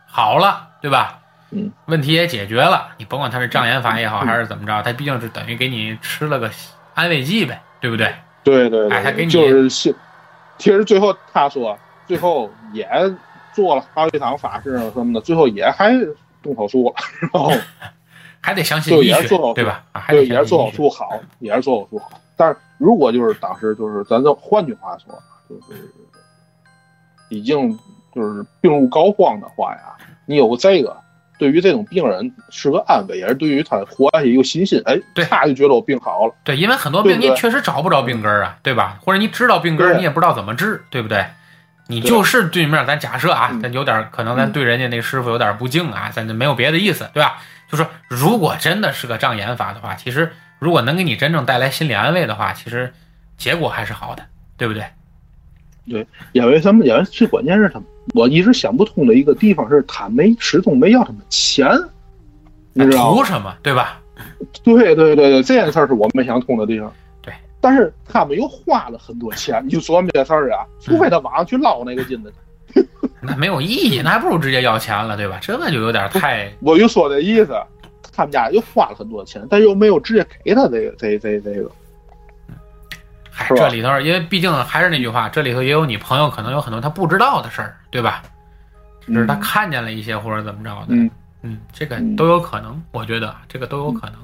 Speaker 1: 好了，对吧
Speaker 2: 嗯？
Speaker 1: 问题也解决了，你甭管他是障眼法也好，
Speaker 2: 嗯
Speaker 1: 还是怎么着，他毕竟是等于给你吃了个安慰剂呗，对不对？
Speaker 2: 对对
Speaker 1: 哎他给
Speaker 2: 对，
Speaker 1: 你
Speaker 2: 就是是。其实最后他说，最后也做了好几场法事什么的，最后也还动手术了，然后
Speaker 1: 还得相信
Speaker 2: 就
Speaker 1: 医
Speaker 2: 也是
Speaker 1: 学
Speaker 2: 做好，
Speaker 1: 对吧？啊还得
Speaker 2: 对也
Speaker 1: 相
Speaker 2: 是
Speaker 1: 信
Speaker 2: 做
Speaker 1: 医
Speaker 2: 手
Speaker 1: 学。
Speaker 2: 术好，也是做手术好。但是如果就是当时就是咱就换句话说，啊就是已经就是病入膏肓的话呀，你有个这个。对于这种病人是个安慰，也是对于他活下去一个信心。哎，
Speaker 1: 对
Speaker 2: 他就觉得我病好了。
Speaker 1: 对，因为很多病
Speaker 2: 对不
Speaker 1: 你
Speaker 2: 对
Speaker 1: 确实找不着病根儿啊，对吧？或者你知道病根儿，
Speaker 2: 对
Speaker 1: 你也不知道怎么治，对不对？你
Speaker 2: 对
Speaker 1: 就是对面，咱假设啊
Speaker 2: 嗯，
Speaker 1: 咱有点儿可能咱对人家那师傅有点儿不敬啊，咱就没有别的意思，对吧？就说如果真的是个障眼法的话，其实如果能给你真正带来心理安慰的话，其实结果还是好的，对不对？
Speaker 2: 因为什么？因为最关键是他们，我一直想不通的一个地方是，他没始终没要他们钱，你
Speaker 1: 那
Speaker 2: 知道
Speaker 1: 图
Speaker 2: 吗？
Speaker 1: 什么，对吧？
Speaker 2: 对对对对，这件事儿是我没想通的地方。
Speaker 1: 对，
Speaker 2: 但是他们又花了很多钱。你就琢磨这事儿啊，
Speaker 1: 嗯
Speaker 2: 除非他网上去捞那个金子去。
Speaker 1: 那没有意义，那还不如直接要钱了，对吧？这就有点太……
Speaker 2: 我就说这意思，他们家又花了很多钱，但又没有直接给他这个这这这个。
Speaker 1: 嗨，
Speaker 2: 是吧
Speaker 1: 这里头，因为毕竟还是那句话，这里头也有你朋友可能有很多他不知道的事儿，对吧？只是他
Speaker 2: 嗯
Speaker 1: 看见了一些或者怎么着的，
Speaker 2: 嗯
Speaker 1: 嗯，这个
Speaker 2: 嗯
Speaker 1: 都有可能，我觉得啊这个都有可能。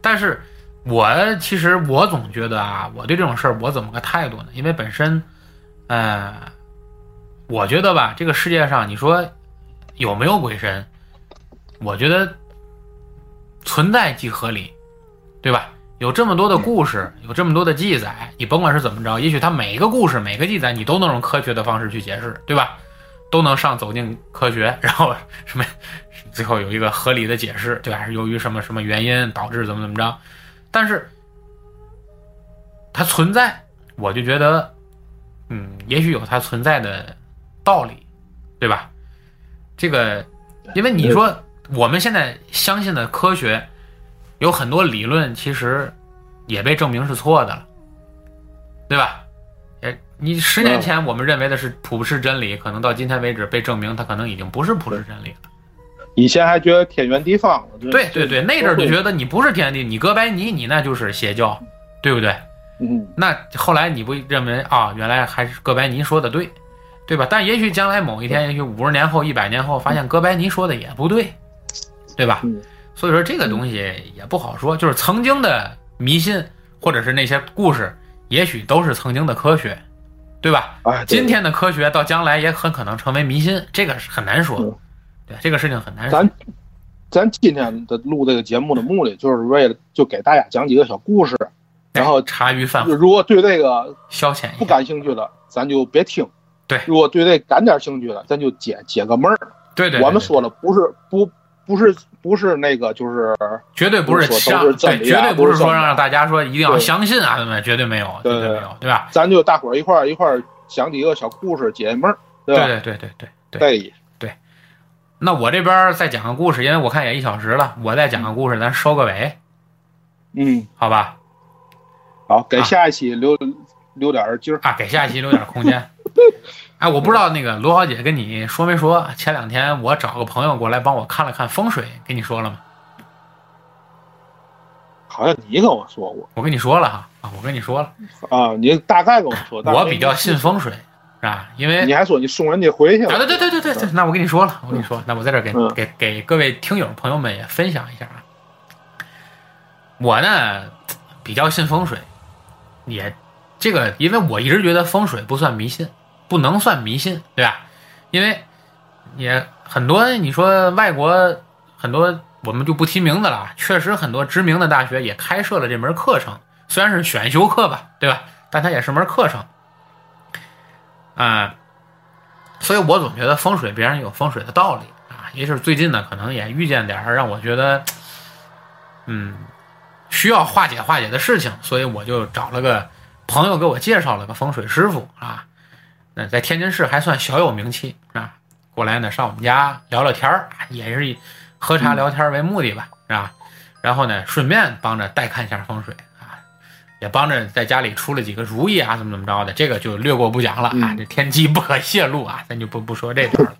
Speaker 1: 但是我其实我总觉得啊，我对这种事儿我怎么个态度呢？因为本身，呃，我觉得吧，这个世界上你说有没有鬼神，我觉得存在即合理，对吧？有这么多
Speaker 2: 嗯
Speaker 1: 的故事，有这么多的记载，你甭管是怎么着，也许它每一个故事、每个记载，你都能用科学的方式去解释，对吧？都能上走进科学， 然后什么，最后有一个合理的解释，对吧？是由于什么什么原因导致怎么怎么着，但是它存在，我就觉得，嗯，也许有它存在的道理，对吧？这个，因为你说我们现在相信的科学，有很多理论其实也被证明是错的了，对吧？哎，你十年前我们认为的是普世真理，可能到今天为止被证明它可能已经不是普世真理了。
Speaker 2: 以前还觉得天圆地方了，
Speaker 1: 对对对，那阵儿就觉得你不是天地，你哥白尼你那就是邪教，对不对？
Speaker 2: 嗯，
Speaker 1: 那后来你不认为啊，原来还是哥白尼说的对，对吧？但也许将来某一天，也许五十年后、一百年后，发现哥白尼说的也不对，对吧
Speaker 2: 嗯？
Speaker 1: 所以说这个东西也不好说，就是曾经的迷信或者是那些故事，也许都是曾经的科学，对吧？
Speaker 2: 哎，对
Speaker 1: 今天的科学到将来也很可能成为迷信，这个是很难说
Speaker 2: 嗯，
Speaker 1: 对，这个事情很难说。
Speaker 2: 咱咱今天的录这个节目的目的，就是为了就给大家讲几个小故事。然后
Speaker 1: 茶余饭后
Speaker 2: 如果对这个
Speaker 1: 消遣
Speaker 2: 不
Speaker 1: 一下，
Speaker 2: 感兴趣的，咱就别听；
Speaker 1: 对
Speaker 2: 如果对这感点兴趣的，咱就解解个闷儿。
Speaker 1: 对对，对
Speaker 2: 我们
Speaker 1: 对
Speaker 2: 说了，不是不不是不是那个，就是
Speaker 1: 绝对不是
Speaker 2: 不是说
Speaker 1: 让
Speaker 2: 都是赞
Speaker 1: 对，
Speaker 2: 美啊
Speaker 1: 绝对不是
Speaker 2: 都是
Speaker 1: 说
Speaker 2: 赞美
Speaker 1: 让大家说一定要
Speaker 2: 对
Speaker 1: 相信啊，咱们绝对没有，绝
Speaker 2: 对
Speaker 1: 对没有，对吧？
Speaker 2: 咱就大伙儿一块儿一块儿讲几个小故事解解闷儿，对啊吧？
Speaker 1: 对对对对对对。
Speaker 2: 对，意
Speaker 1: 那我这边再讲个故事，因为我看也一小时了，我再讲个故事，咱收个尾，
Speaker 2: 嗯，
Speaker 1: 好吧？
Speaker 2: 好，给
Speaker 1: 啊
Speaker 2: 下一期留留点儿劲儿。
Speaker 1: 啊，给下一期留点空 间。哎，我不知道那个罗小姐跟你说没说？前两天我找个朋友过来帮我看了看风水，跟你说了吗？
Speaker 2: 好像你跟我说过
Speaker 1: 我跟你说了哈，啊，我跟你说了，
Speaker 2: 啊，你大概跟我说，但是
Speaker 1: 我比较信风水，是吧？因为
Speaker 2: 你还说你送人家回去了。
Speaker 1: 啊，对对对对对对，那我跟你说了，我跟你说，那我在这儿给、
Speaker 2: 嗯
Speaker 1: 给给各位听友朋友们也分享一下啊。我呢比较信风水，也这个，因为我一直觉得风水不算迷信，不能算迷信，对吧？因为也很多，你说外国很多，我们就不提名字了啊，确实很多知名的大学也开设了这门课程，虽然是选修课吧，对吧？但它也是门课程，啊、所以我总觉得风水别人有风水的道理啊。也就是最近呢，可能也遇见点儿让我觉得，嗯，需要化解化解的事情，所以我就找了个朋友给我介绍了个风水师傅啊。那在天津市还算小有名气啊，过来呢上我们家聊聊天儿，啊也是以喝茶聊天儿为目的吧，是吧？然后呢，顺便帮着带看一下风水啊，也帮着在家里出了几个主意啊，怎么怎么着的，这个就略过不讲了啊，
Speaker 2: 嗯
Speaker 1: 这天机不可泄露啊，咱就不不说这段儿了。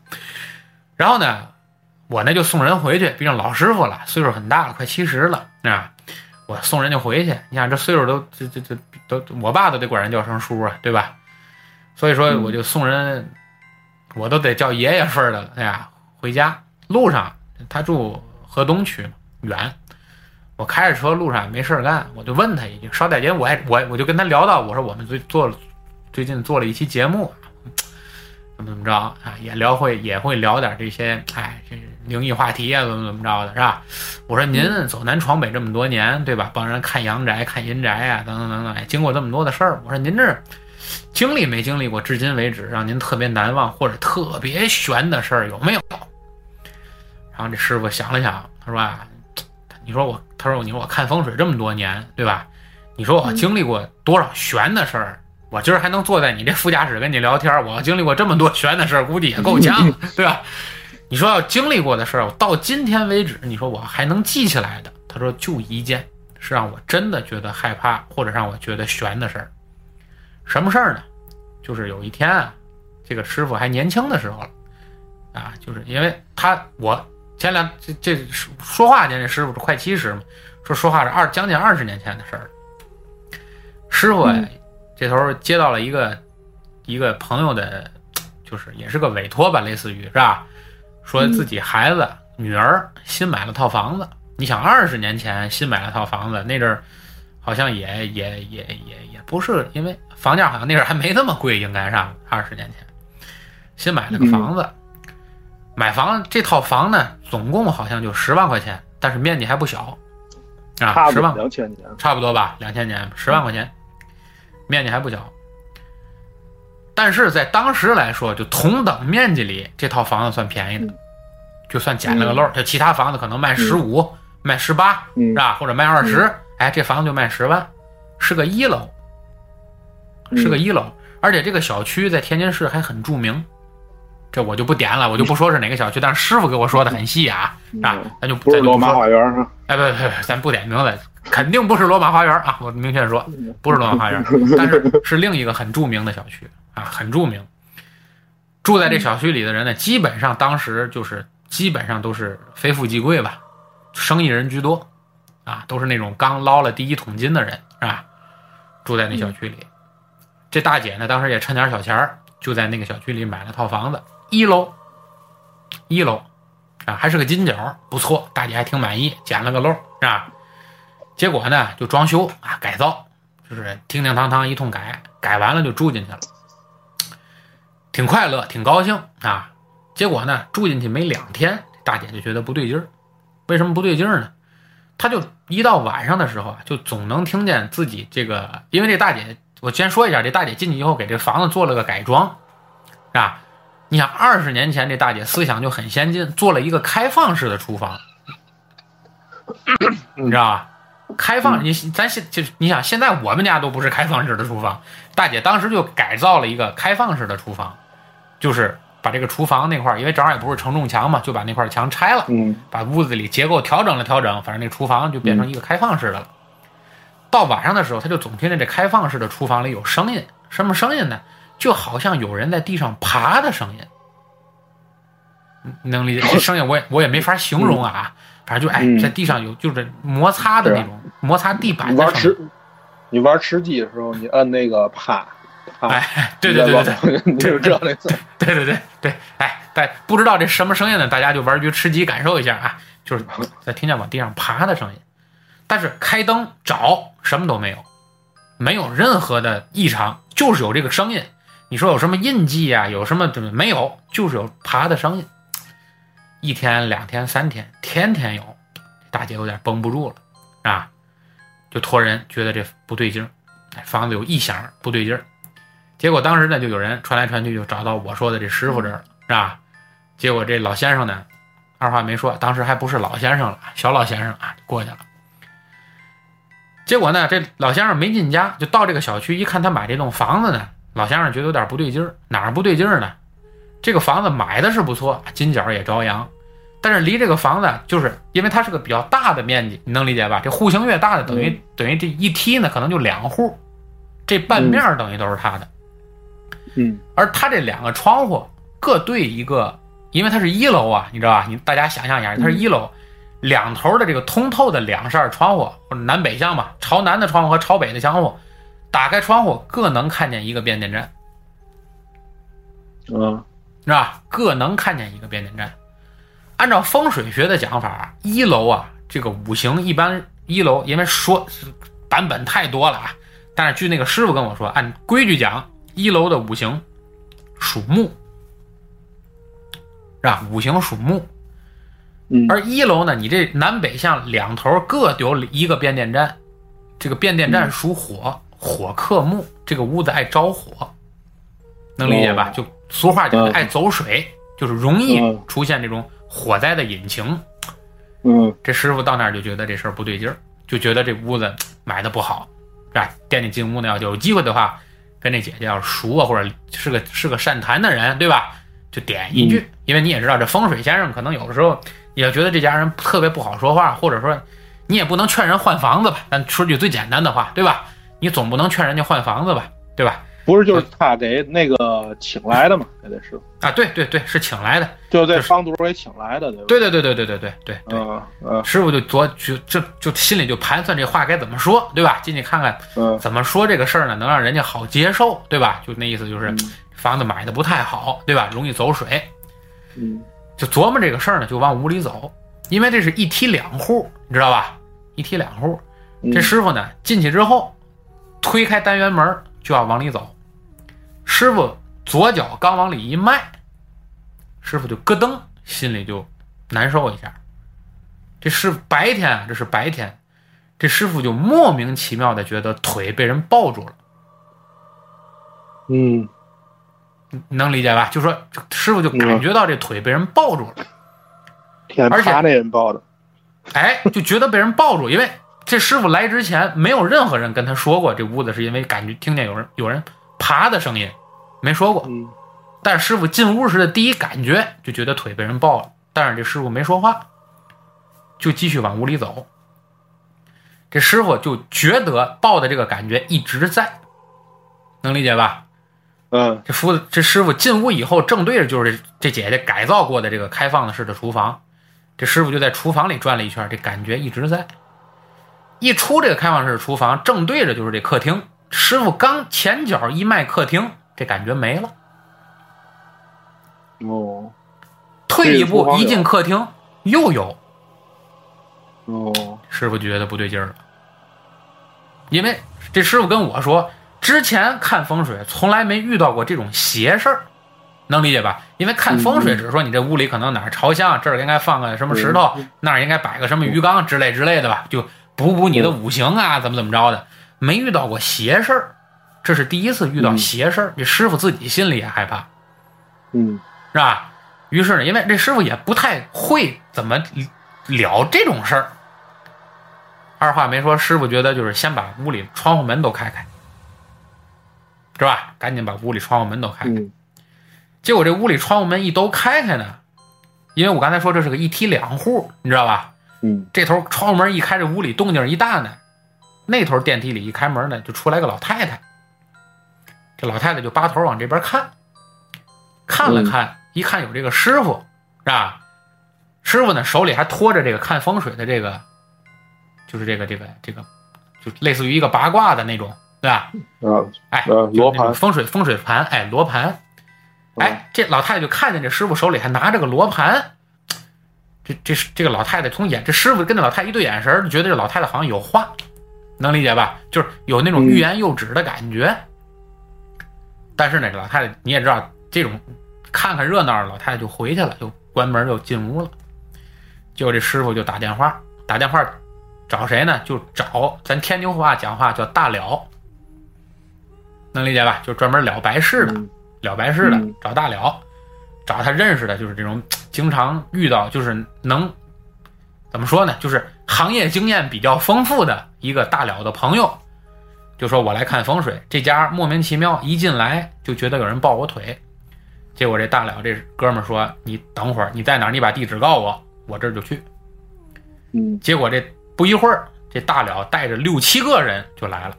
Speaker 1: 然后呢，我呢就送人回去，毕竟老师傅了，岁数很大了，快七十了啊。我送人就回去，你想这岁数都这这这都，我爸都得管人叫声叔啊，对吧？所以说
Speaker 2: 嗯
Speaker 1: 我就送人，我都得叫爷爷份儿的了，哎呀，回家路上他住河东区嘛，远，我开着车路上也没事儿干，我就问他一句，捎带间我还我我就跟他聊到，我说我们最做最近做了一期节目，怎么怎么着啊，也聊会也会聊点这些，哎，这灵异话题啊，怎么怎么着的，是吧？我说您嗯走南闯北这么多年，对吧？帮人看阳宅、看阴宅啊，等等等等，哎经过这么多的事儿，我说您这经历没经历过？至今为止让您特别难忘或者特别悬的事儿有没有？然后这师傅想了想，他说啊，你说我，他说你说我看风水这么多年，对吧？你说我经历过多少悬的事儿？我今儿还能坐在你这副驾驶跟你聊天儿，我要经历过这么多悬的事儿，估计也够呛，对吧？你说要经历过的事儿，我到今天为止，你说我还能记起来的，他说就一件，是让我真的觉得害怕或者让我觉得悬的事儿。什么事儿呢？就是有一天啊，这个师傅还年轻的时候了，啊，就是因为他我前两这这说话间这师傅是快七十嘛，说说话是二将近二十年前的事儿了。师傅呀这头接到了一个一个朋友的，就是也是个委托吧，类似于是吧？说自己孩子、女儿新买了套房子，你想二十年前新买了套房子，那阵儿好像也也也也也不是，因为房价好像那阵儿还没那么贵，应该上二十年前新买了个房子，买房这套房呢，总共好像就十万块钱，但是面积还不小啊，
Speaker 2: 差
Speaker 1: 十
Speaker 2: 不
Speaker 1: 万
Speaker 2: 多两千年，
Speaker 1: 差不多吧，两千年十万块钱，面积还不小。但是在当时来说，就同等面积里，这套房子算便宜的
Speaker 2: 嗯，
Speaker 1: 就算捡了个漏儿。就其他房子可能卖十五、卖十八，
Speaker 2: 嗯
Speaker 1: 是吧？或者卖二十，哎，这房子就卖十万，是个一楼，
Speaker 2: 嗯
Speaker 1: 是个一楼，而且这个小区在天津市还很著名。这我就不点了，我就不说是哪个小区，但是师傅给我说的很细啊，
Speaker 2: 嗯
Speaker 1: 啊，咱就
Speaker 2: 不是
Speaker 1: 咱就
Speaker 2: 罗
Speaker 1: 不
Speaker 2: 马
Speaker 1: 说
Speaker 2: 花园啊，
Speaker 1: 哎，不不不，咱不点名了，肯定不是罗马花园啊！我明确说，
Speaker 2: 嗯
Speaker 1: 不是罗马花 园，但是是另一个很著名的小区啊，很著名。住在这小区里的人呢，基本上当时就是基本上都是非富即贵吧，生意人居多啊，都是那种刚捞了第一桶金的人啊，住在那小区里。这大姐呢，当时也趁点小钱儿，就在那个小区里买了套房子，一楼，一楼，啊，还是个金角，不错，大姐还挺满意，捡了个漏儿，是吧？结果呢，就装修啊，改造，就是叮叮当当一通改，改完了就住进去了，挺快乐，挺高兴啊。结果呢，住进去没两天，大姐就觉得不对劲儿，为什么不对劲儿呢？她就一到晚上的时候啊，就总能听见自己这个，因为这大姐，我先说一下，这大姐进去以后给这房子做了个改装，是吧？你想，二十年前这大姐思想就很先进，做了一个开放式的厨房，你知道吧？开放，你咱现就是你想，现在我们家都不是开放式的厨房，大姐当时就改造了一个开放式的厨房，就是把这个厨房那块儿，因为正好也不是承重墙嘛，就把那块墙拆了，
Speaker 2: 嗯
Speaker 1: 把屋子里结构调整了调整，反正那厨房就变成一个开放式的了。到晚上的时候，他就总听见这开放式的厨房里有声音，什么声音呢？就好像有人在地上爬的声音。你能理解？这声音我也我也没法形容啊，反正就哎，
Speaker 2: 嗯
Speaker 1: 在地上有就是摩擦的那种摩擦地板
Speaker 2: 你
Speaker 1: 的
Speaker 2: 玩
Speaker 1: 声音
Speaker 2: 吃。，你玩吃鸡的时候，你摁那个啪啪，
Speaker 1: 哎，对对对对对，
Speaker 2: 对， 你就知道那次。
Speaker 1: 对对对对，哎，但不知道这什么声音呢？大家就玩局吃鸡感受一下啊，就是在听见往地上爬的声音，但是开灯找什么都没有，没有任何的异常，就是有这个声音。你说有什么印记啊？有什么没有？就是有爬的声音。一天、两天、三天，天天有，大姐有点绷不住了啊，就托人觉得这不对劲儿，哎房子有异响，不对劲儿。结果当时呢，就有人传来传去，就找到我说的这师傅这儿了，是吧？结果这老先生呢，二话没说，当时还不是老先生了，小老先生啊，过去了。结果呢，这老先生没进家，就到这个小区一看，他买这栋房子呢，老先生觉得有点不对劲儿，哪儿不对劲儿呢？这个房子买的是不错，金角也朝阳，但是离这个房子，就是因为它是个比较大的面积，你能理解吧？这户型越大的，等于、
Speaker 2: 嗯
Speaker 1: 等于这一梯呢，可能就两户，这半面儿等于都是他的。
Speaker 2: 嗯
Speaker 1: 而它这两个窗户各对一个，因为它是一楼啊，你知道吧？你大家想象一下，它是一楼，两头的这个通透的两扇窗户，或者南北向吧，朝南的窗户和朝北的窗户，打开窗户各能看见一个变电站，
Speaker 2: 嗯
Speaker 1: 是吧？各能看见一个变电站。按照风水学的讲法，一楼啊，这个五行一般一楼，因为说版本太多了啊，但是据那个师傅跟我说，按规矩讲，一楼的五行属木，是吧？五行属木，
Speaker 2: 嗯
Speaker 1: 而一楼呢，你这南北向两头各有一个变电站，这个变电站属
Speaker 2: 嗯
Speaker 1: 火，火克木，这个屋子爱着火，能理解吧？
Speaker 2: 哦
Speaker 1: 就俗话讲的
Speaker 2: 嗯
Speaker 1: 爱走水，就是容易
Speaker 2: 嗯
Speaker 1: 出现这种火灾的隐情。
Speaker 2: 嗯
Speaker 1: 这师傅到那儿就觉得这事儿不对劲儿，就觉得这屋子买的不好，是吧？惦记进屋呢，要有机会的话，跟这姐姐要是熟啊，或者是个是个善谈的人，对吧？就点一句，因为你也知道，这风水先生可能有的时候也觉得这家人特别不好说话，或者说你也不能劝人换房子吧？咱说句最简单的话，对吧？你总不能劝人家换房子吧，对吧？
Speaker 2: 不是就是他给那个请来的嘛，那得是，
Speaker 1: 啊，对对对，是请来的，
Speaker 2: 就是这
Speaker 1: 就是
Speaker 2: 帮主给请来的，对吧？
Speaker 1: 对对对对对对对对对。
Speaker 2: 嗯嗯
Speaker 1: 师傅就昨就这就心里就盘算这话该怎么说，对吧？进去看看
Speaker 2: 嗯
Speaker 1: 怎么说这个事儿呢，能让人家好接受，对吧？就那意思就是
Speaker 2: 嗯
Speaker 1: 房子买的不太好，对吧？容易走水，
Speaker 2: 嗯
Speaker 1: 就琢磨这个事儿呢，就往屋里走，因为这是一梯两户，你知道吧？一梯两户，
Speaker 2: 嗯，
Speaker 1: 这师傅呢进去之后，推开单元门儿就要往里走，师傅左脚刚往里一迈，师傅就咯噔，心里就难受一下。这师傅白天啊，这是白天，这师傅就莫名其妙的觉得腿被人抱住了。
Speaker 2: 嗯
Speaker 1: 能理解吧？就说这师傅就
Speaker 2: 嗯
Speaker 1: 感觉到这腿被人抱住了，
Speaker 2: 天，
Speaker 1: 而且
Speaker 2: 他那人报的，
Speaker 1: 哎，就觉得被人抱住，因为这师傅来之前没有任何人跟他说过这屋子是因为感觉听见有人有人爬的声音，没说过。
Speaker 2: 嗯
Speaker 1: 但是师傅进屋时的第一感觉就觉得腿被人抱了，但是这师傅没说话，就继续往屋里走。这师傅就觉得抱的这个感觉一直在，能理解吧？
Speaker 2: 嗯
Speaker 1: 这夫子这师傅进屋以后，正对着就是这这姐姐改造过的这个开放式的厨房。这师傅就在厨房里转了一圈，这感觉一直在。一出这个开放式厨房，正对着就是这客厅。师傅刚前脚一迈客厅，这感觉没了。
Speaker 2: 哦
Speaker 1: 退一
Speaker 2: 这个厨
Speaker 1: 步，
Speaker 2: 房有
Speaker 1: 一进客厅又有。
Speaker 2: 哦，
Speaker 1: 师傅就觉得不对劲儿了，因为这师傅跟我说，之前看风水从来没遇到过这种邪事儿，能理解吧？因为看风水
Speaker 2: 嗯
Speaker 1: 只是说你这屋里可能哪儿朝向，这儿应该放个什么石头，那儿应该摆个什么鱼缸之类之类的吧，就补补你的五行啊，怎么怎么着的，没遇到过邪事儿，这是第一次遇到
Speaker 2: 嗯
Speaker 1: 邪事儿，这师傅自己心里也害怕。
Speaker 2: 嗯
Speaker 1: 是吧？于是呢，因为这师傅也不太会怎么聊这种事儿，二话没说，师傅觉得就是先把屋里窗户门都开开，是吧？赶紧把屋里窗户门都开开。
Speaker 2: 嗯
Speaker 1: 结果这屋里窗户门一都开开呢，因为我刚才说这是个一梯两户，你知道吧？
Speaker 2: 嗯
Speaker 1: 这头窗户门一开，这屋里动静一大呢，那头电梯里一开门呢，就出来个老太太。这老太太就扒头往这边看，看了看，一看有这个师傅，是吧？师傅呢手里还托着这个看风水的这个，就是这个这个这个，就类似于一个八卦的那种，对吧？
Speaker 2: 啊
Speaker 1: 哎，
Speaker 2: 呃罗盘
Speaker 1: 风水风水盘，哎，罗盘，哎，这老太太就看见这师傅手里还拿着个罗盘，这这这个老太太从眼这师傅跟这老太太一对眼神儿，就觉得这老太太好像有话，能理解吧？就是有那种
Speaker 2: 嗯
Speaker 1: 欲言又止的感觉。但是呢，这老太太你也知道，这种看看热闹的老太太就回去了，就关门就进屋了。结果这师傅就打电话，打电话找谁呢？就找咱天津话讲话叫大了，能理解吧？就专门了白事的。
Speaker 2: 嗯
Speaker 1: 了白事的
Speaker 2: 嗯，
Speaker 1: 找大了，找他认识的，就是这种经常遇到，就是能怎么说呢？就是行业经验比较丰富的一个大了的朋友，就说我来看风水，这家莫名其妙一进来就觉得有人抱我腿，结果这大了这哥们儿说你等会儿你在哪儿？你把地址告我，我这儿就去。
Speaker 2: 嗯
Speaker 1: 结果这不一会儿，这大了带着六七个人就来了。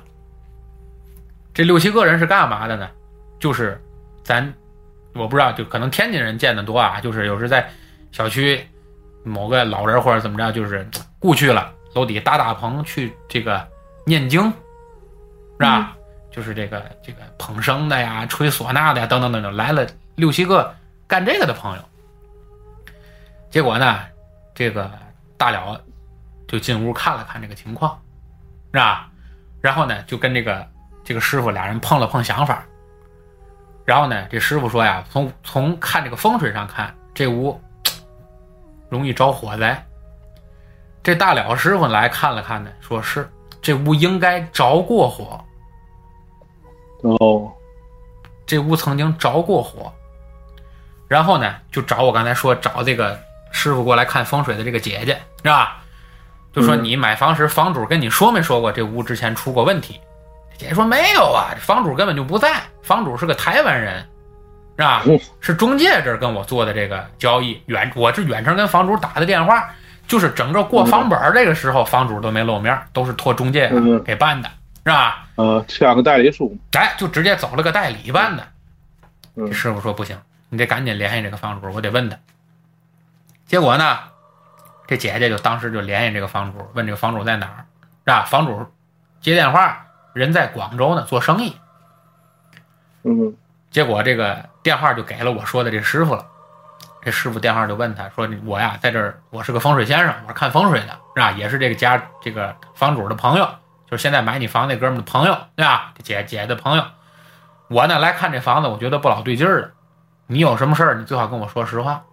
Speaker 1: 这六七个人是干嘛的呢？就是咱我不知道，就可能天津人见得多啊，就是有时在小区某个老人或者怎么着，就是故去了，楼底下搭大棚去这个念经，是吧？就是这个这个捧笙的呀、吹唢呐的呀等等等等，来了六七个干这个的朋友。结果呢，这个大了就进屋看了看这个情况，是吧？然后呢，就跟这个这个师傅俩人碰了碰想法。然后呢，这师傅说呀，从从看这个风水上看，这屋容易招火灾。这大了师傅来看了看呢，说是这屋应该着过火，
Speaker 2: 哦
Speaker 1: 这屋曾经着过火。然后呢，就找我刚才说找这个师傅过来看风水的这个姐姐，是吧？就说
Speaker 2: 嗯
Speaker 1: 你买房时，房主跟你说没说过这屋之前出过问题？姐姐说没有啊，房主根本就不在，房主是个台湾人，是吧？
Speaker 2: 嗯
Speaker 1: 是中介这儿跟我做的这个交易，远我是远程跟房主打的电话，就是整个过房本儿这个时候，房主都没露面儿，都是托中介
Speaker 2: 嗯
Speaker 1: 给办的，是吧？
Speaker 2: 呃，签个代理书，
Speaker 1: 哎，就直接找了个代理办的。
Speaker 2: 嗯
Speaker 1: 这师傅说不行，你得赶紧联系这个房主，我得问他。结果呢，这姐姐就当时就联系这个房主，问这个房主在哪儿，是吧？房主接电话，人在广州呢，做生意。
Speaker 2: 嗯
Speaker 1: 结果这个电话就给了我说的这师傅了。这师傅电话就问他说：“你我呀，在这儿，我是个风水先生，我是看风水的，是吧？也是这个家这个房主的朋友，就是现在买你房那哥们儿的朋友，对吧？这姐姐的朋友。我呢来看这房子，我觉得不老对劲儿了。你有什么事儿，你最好跟我说实话。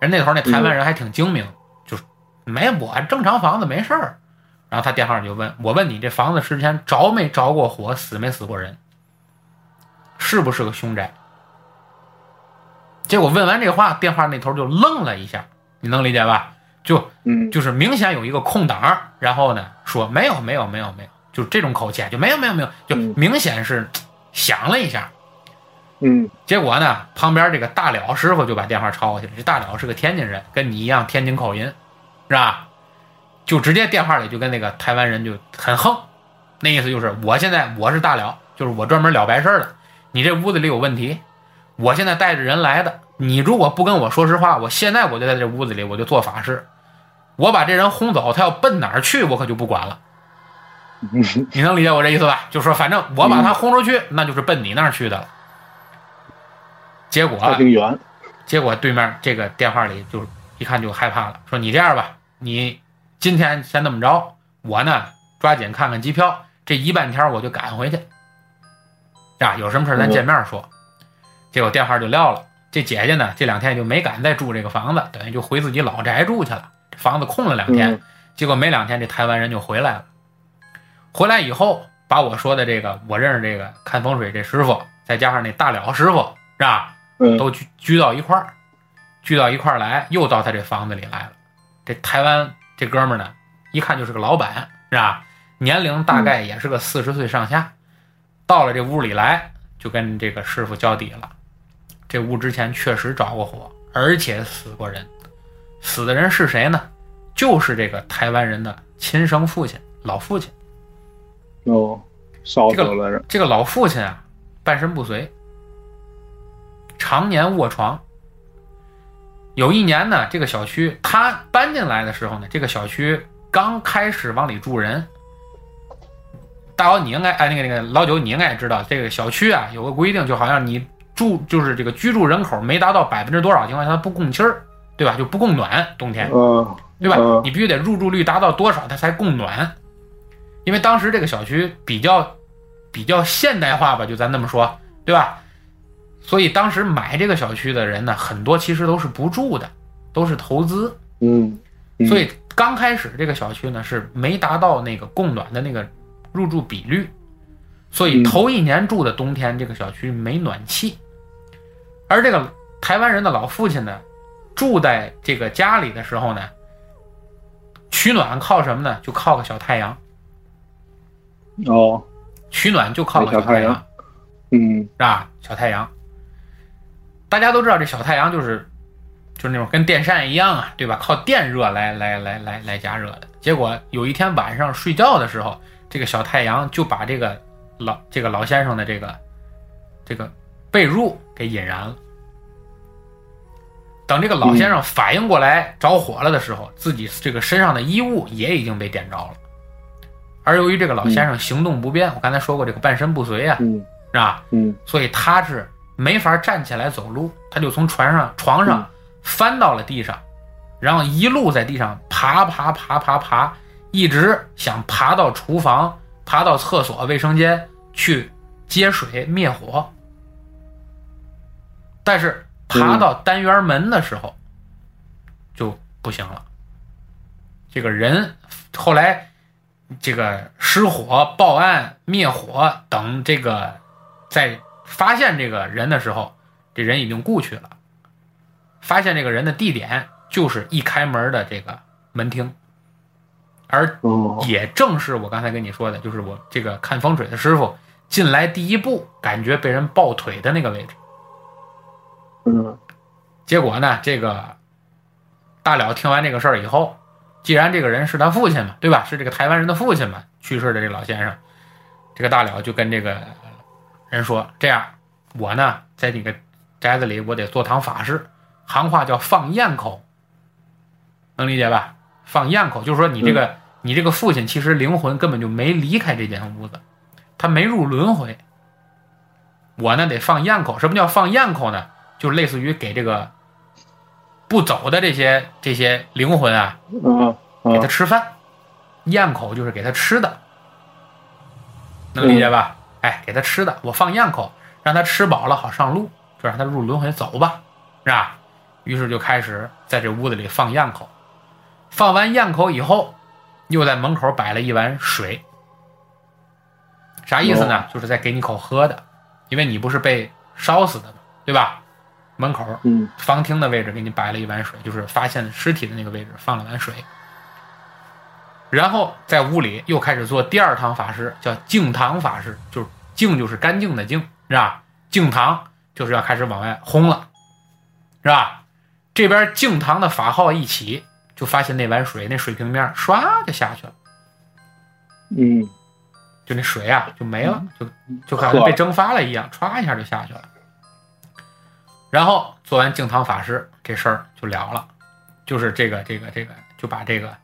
Speaker 1: 人那头那台湾人还挺精明，就是没我正常房子没事儿。然后他电话就问我问你这房子之前着没着过火，死没死过人，是不是个凶宅？结果问完这话，电话那头就愣了一下，你能理解吧？就
Speaker 2: 嗯
Speaker 1: 就是明显有一个空档儿，然后呢说没有没有没有没有，就这种口气啊，就没有没有没有，就
Speaker 2: 嗯
Speaker 1: 明显是嘖想了一下。
Speaker 2: 嗯
Speaker 1: 结果呢，旁边这个大了师傅就把电话抄过去了。这大了是个天津人，跟你一样天津口音，是吧？就直接电话里就跟那个台湾人就很横，那意思就是我现在我是大了，就是我专门了白事儿的。你这屋子里有问题，我现在带着人来的，你如果不跟我说实话，我现在我就在这屋子里我就做法事，我把这人轰走，他要奔哪儿去我可就不管了。
Speaker 2: 嗯
Speaker 1: 你能理解我这意思吧？就说反正我把他轰出去，那就是奔你那儿去的了。结果啊
Speaker 2: 还挺远，
Speaker 1: 结果对面这个电话里就一看就害怕了，说你这样吧，你今天先那么着，我呢抓紧看看机票，这一半天我就赶回去，啊，有什么事儿咱见面说。结果电话就撂了。这姐姐呢，这两天就没敢再住这个房子，等于就回自己老宅住去了。这房子空了两天，
Speaker 2: 嗯
Speaker 1: 结果没两天，这台湾人就回来了。回来以后，把我说的这个，我认识这个看风水这师傅，再加上那大了师傅，是吧？
Speaker 2: 嗯
Speaker 1: 都聚聚到一块儿，聚到一块儿来，又到他这房子里来了。这台湾这哥们儿呢，一看就是个老板，是吧？年龄大概也是个四十岁上下。到了这屋里来，就跟这个师傅交底了。这屋之前确实着过火，而且死过人。死的人是谁呢？就是这个台湾人的亲生父亲，老父亲。
Speaker 2: 哦，烧死了来着，
Speaker 1: 这个老父亲啊，半身不遂，常年卧床。有一年呢，这个小区他搬进来的时候呢，这个小区刚开始往里住人。大姚，你应该哎，那个那个老九，你应该也知道，这个小区啊有个规定，就好像你住就是这个居住人口没达到百分之多少情况下，它不供气儿，对吧？就不供暖，冬天。
Speaker 2: 嗯
Speaker 1: 对吧
Speaker 2: 嗯？
Speaker 1: 你必须得入住率达到多少，它才供暖。因为当时这个小区比较比较现代化吧，就咱这么说，对吧？所以当时买这个小区的人呢，很多其实都是不住的，都是投资。
Speaker 2: 嗯，嗯
Speaker 1: 所以刚开始这个小区呢是没达到那个供暖的那个入住比率，所以
Speaker 2: 嗯
Speaker 1: 头一年住的冬天这个小区没暖气，而这个台湾人的老父亲呢，住在这个家里的时候呢，取暖靠什么呢？就靠个小太阳，
Speaker 2: 哦，
Speaker 1: 取暖就靠个
Speaker 2: 小
Speaker 1: 小
Speaker 2: 太
Speaker 1: 太
Speaker 2: 阳
Speaker 1: 阳，
Speaker 2: 嗯
Speaker 1: 是吧？小太阳，大家都知道这小太阳就是就是那种跟电扇一样啊，对吧？靠电热来来来来来加热的。结果有一天晚上睡觉的时候，这个小太阳就把这个老这个老先生的这个这个被褥给引燃了。等这个老先生反应过来着火了的时候，自己这个身上的衣物也已经被点着了。而由于这个老先生行动不便，我刚才说过这个半身不遂啊，
Speaker 2: 嗯
Speaker 1: 是吧？
Speaker 2: 嗯
Speaker 1: 所以他是没法站起来走路，他就从船上床上翻到了地上，然后一路在地上爬爬爬爬爬，一直想爬到厨房、爬到厕所、卫生间去接水灭火。但是爬到单元门的时候就不行了，这个人后来这个失火、报案、灭火等这个，在发现这个人的时候，这人已经故去了。发现这个人的地点就是一开门的这个门厅，而
Speaker 2: 哦，
Speaker 1: 也正是我刚才跟你说的，就是我这个看风水的师傅进来第一步，感觉被人抱腿的那个位置。
Speaker 2: 嗯
Speaker 1: 结果呢，这个大了听完这个事儿以后，既然这个人是他父亲嘛，对吧？是这个台湾人的父亲嘛，去世的这老先生，这个大了就跟这个人说：“这样，我呢在你个宅子里，我得做堂法事，行话叫放焰口，能理解吧？放焰口就是说你这个、你这个父亲其实灵魂根本就没离开这间屋子，他没入轮回。我呢得放焰口，什么叫放焰口呢？就类似于给这个不走的这些这些灵魂啊，
Speaker 2: 嗯
Speaker 1: 给
Speaker 2: 嗯
Speaker 1: 他吃饭，咽口就是给他吃的，能理解吧？哎，给他吃的，我放咽口，让他吃饱了好上路，就让他入轮回走吧，是吧？于是就开始在这屋子里放咽口，放完咽口以后，又在门口摆了一碗水，啥意思呢？就是在给你口喝的，因为你不是被烧死的嘛，对吧？门口
Speaker 2: 嗯
Speaker 1: 房厅的位置给你摆了一碗水，就是发现尸体的那个位置放了碗水。然后在屋里又开始做第二堂法事，叫净堂法事，就是净就是干净的净，是吧？净堂就是要开始往外轰了，是吧？这边净堂的法号一起，就发现那碗水那水平面唰就下去了，
Speaker 2: 嗯，
Speaker 1: 就那水啊就没了，就就感
Speaker 2: 喝
Speaker 1: 觉
Speaker 2: 了
Speaker 1: 被蒸发了一样，歘一下就下去了。然后做完净堂法师，这事儿就了了，就是这个这个这个就把这个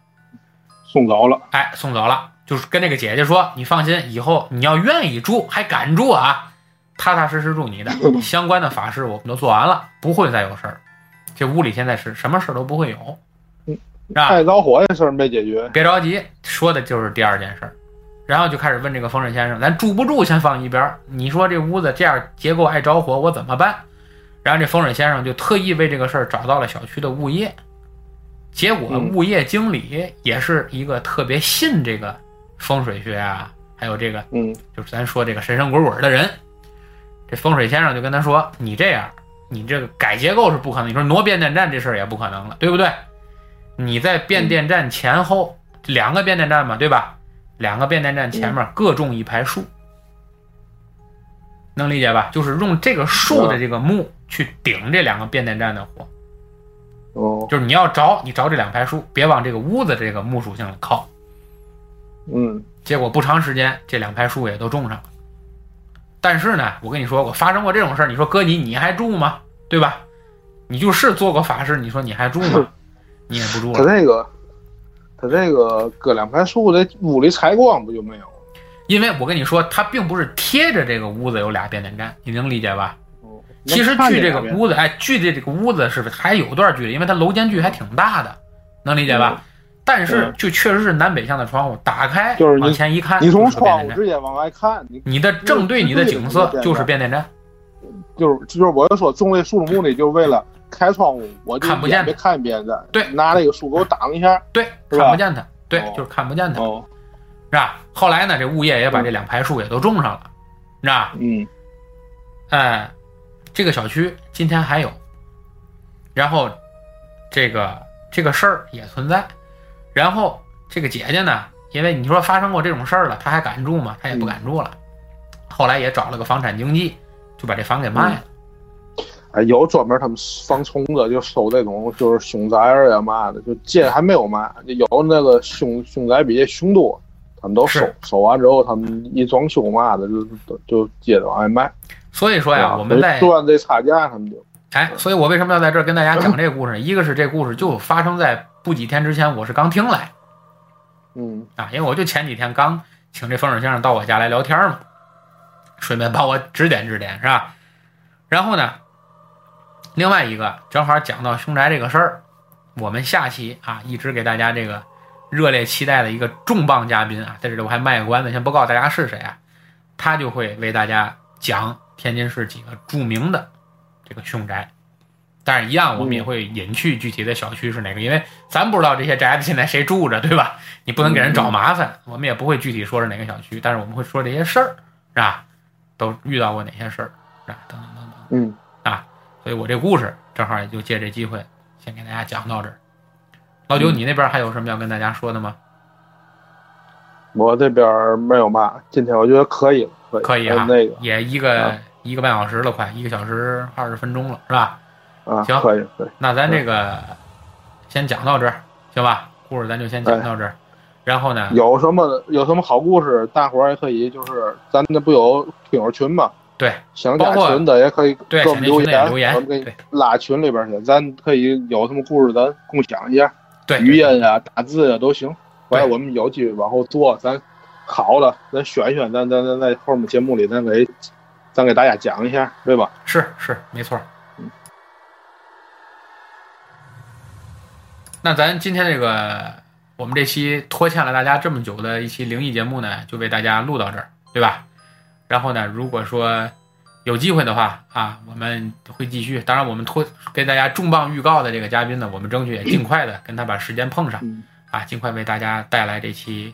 Speaker 2: 送着了，
Speaker 1: 哎送走了，就是跟这个姐姐说，你放心，以后你要愿意住，还敢住啊，踏踏实实住你的，相关的法事我们都做完了，不会再有事儿。这屋里现在是什么事儿都不会有，是吧？
Speaker 2: 爱着火的事儿没解决，
Speaker 1: 别着急，说的就是第二件事儿。然后就开始问这个风水先生，咱住不住先放一边儿。你说这屋子这样结构爱着火，我怎么办？然后这风水先生就特意为这个事儿找到了小区的物业，结果
Speaker 2: 嗯
Speaker 1: 物业经理也是一个特别信这个风水学啊，还有这个
Speaker 2: 嗯
Speaker 1: 就是咱说这个神神鬼鬼的人，这风水先生就跟他说：“你这样，你这个改结构是不可能，你说挪变电站这事儿也不可能了，对不对？你在变电站前后、两个变电站嘛，对吧？两个变电站前面各种一排树，能理解吧？就是用这个树的这个木去顶这两个变电站的火，
Speaker 2: 哦
Speaker 1: 就是你要着你着这两排树，别往这个屋子这个木属性靠。
Speaker 2: 嗯
Speaker 1: 结果不长时间，这两排树也都种上了。但是呢，我跟你说过，发生过这种事儿，你说哥你你还住吗？对吧？你就是做过法事，你说你还住 吗？你也不住
Speaker 2: 他
Speaker 1: 了，
Speaker 2: 这个他这个搁两排树这屋里采光不就没有了？
Speaker 1: 因为我跟你说，它并不是贴着这个屋子有俩变电站，你能理解吧？
Speaker 2: 哦
Speaker 1: 其实
Speaker 2: 能看
Speaker 1: 距
Speaker 2: 见
Speaker 1: 这个
Speaker 2: 两边
Speaker 1: 屋子，哎，距这这个屋子是不是还有段距离？因为它楼间距还挺大的，能理解吧？但是
Speaker 2: 嗯
Speaker 1: 就确实是南北向的窗户，打开
Speaker 2: 就是你
Speaker 1: 往前一看，
Speaker 2: 你从
Speaker 1: 就是个变
Speaker 2: 窗户
Speaker 1: 电站，
Speaker 2: 直接往外看，你
Speaker 1: 你的正对你的景色就是变电站。
Speaker 2: 就是就是我就说种这树木里，就是为了开窗户，我就
Speaker 1: 看不见
Speaker 2: 也别看别人的，
Speaker 1: 对
Speaker 2: 拿那个树给我挡一下。
Speaker 1: 对，看
Speaker 2: 是吧
Speaker 1: 不见它，对，
Speaker 2: 哦
Speaker 1: 就是看不见它，
Speaker 2: 哦，
Speaker 1: 是吧？后来呢，这物业也把这两排树也都种上了，是吧？
Speaker 2: 嗯
Speaker 1: 哎，这个小区今天还有，然后这个这个事儿也存在，然后这个姐姐呢，因为你说发生过这种事儿了，她还敢住吗？她也不敢住了，
Speaker 2: 嗯
Speaker 1: 后来也找了个房产经纪，就把这房给卖了。
Speaker 2: 嗯哎，有专门他们防虫子，就收这种就是凶宅儿呀嘛的，就这还没有嘛，有那个凶凶宅比这凶多，他们都收
Speaker 1: 是
Speaker 2: 收完之后，他们一装修嘛的，就就就接着往外卖。
Speaker 1: 所以说呀，
Speaker 2: 啊
Speaker 1: 我们在
Speaker 2: 赚这差价，他们就
Speaker 1: 哎，所以我为什么要在这儿跟大家讲这个故事？ 一个是这故事就发生在不几天之前，我是刚听来。
Speaker 2: 嗯
Speaker 1: 啊，因为我就前几天刚请这风水先生到我家来聊天嘛，顺便帮我指点指点，是吧？然后呢，另外一个正好讲到凶宅这个事儿，我们下期啊一直给大家这个热烈期待的一个重磅嘉宾啊，在这里我还卖个关子，先不告诉大家是谁啊，他就会为大家讲天津市几个著名的这个凶宅。但是，一样我们也会隐去具体的小区是哪个，因为咱不知道这些宅子现在谁住着，对吧？你不能给人找
Speaker 2: 嗯
Speaker 1: 麻烦。我们也不会具体说是哪个小区，但是我们会说这些事儿，是吧？都遇到过哪些事儿，是吧？等等等等。
Speaker 2: 嗯，
Speaker 1: 所以我这故事正好也就借这机会先给大家讲到这儿。老
Speaker 2: 嗯
Speaker 1: 九，你那边还有什么要跟大家说的吗？
Speaker 2: 我这边儿没有嘛，今天我觉得可以了，可以
Speaker 1: 可以啊
Speaker 2: 嗯，那个
Speaker 1: 也一个
Speaker 2: 啊
Speaker 1: 一个半小时了，快一个小时二十分钟了，是吧？
Speaker 2: 啊，
Speaker 1: 行
Speaker 2: 可以可以，
Speaker 1: 那咱这个先讲到这儿，行吧？故事咱就先讲到这儿。然后呢，
Speaker 2: 哎有什么有什么好故事，大伙儿也可以就是咱这不有听友群嘛，
Speaker 1: 对
Speaker 2: 想
Speaker 1: 包
Speaker 2: 加
Speaker 1: 括
Speaker 2: 群的也可以
Speaker 1: 对，
Speaker 2: 给我
Speaker 1: 想
Speaker 2: 们
Speaker 1: 进
Speaker 2: 留
Speaker 1: 群的也
Speaker 2: 言，
Speaker 1: 留言
Speaker 2: 我们，给你
Speaker 1: 对
Speaker 2: 拉群里边去，咱可以有什么故事咱共享一下，
Speaker 1: 对，
Speaker 2: 语音啊、打字啊都行。完了，
Speaker 1: 对
Speaker 2: 我们有机会往后做，咱好了，咱选一选，咱咱咱在后面节目里咱给咱给大家讲一下，对吧？
Speaker 1: 是是没错。那咱今天这个我们这期拖欠了大家这么久的一期灵异节目呢，就为大家录到这儿，对吧？然后呢，如果说有机会的话啊，我们会继续。当然，我们拖给大家重磅预告的这个嘉宾呢，我们争取也尽快的跟他把时间碰上
Speaker 2: 嗯
Speaker 1: 啊，尽快为大家带来这期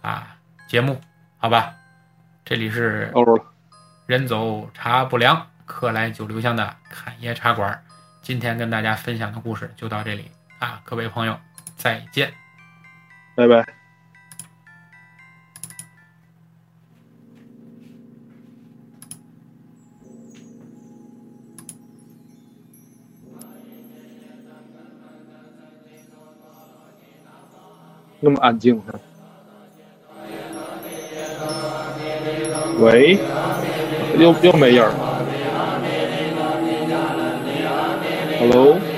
Speaker 1: 啊节目，好吧？这里是
Speaker 2: 欧了，
Speaker 1: 人走茶不凉，客来酒留香的侃爷茶馆儿。今天跟大家分享的故事就到这里啊，各位朋友，再见。
Speaker 2: 拜拜。那么安静呢？喂，又又没人儿。Hello。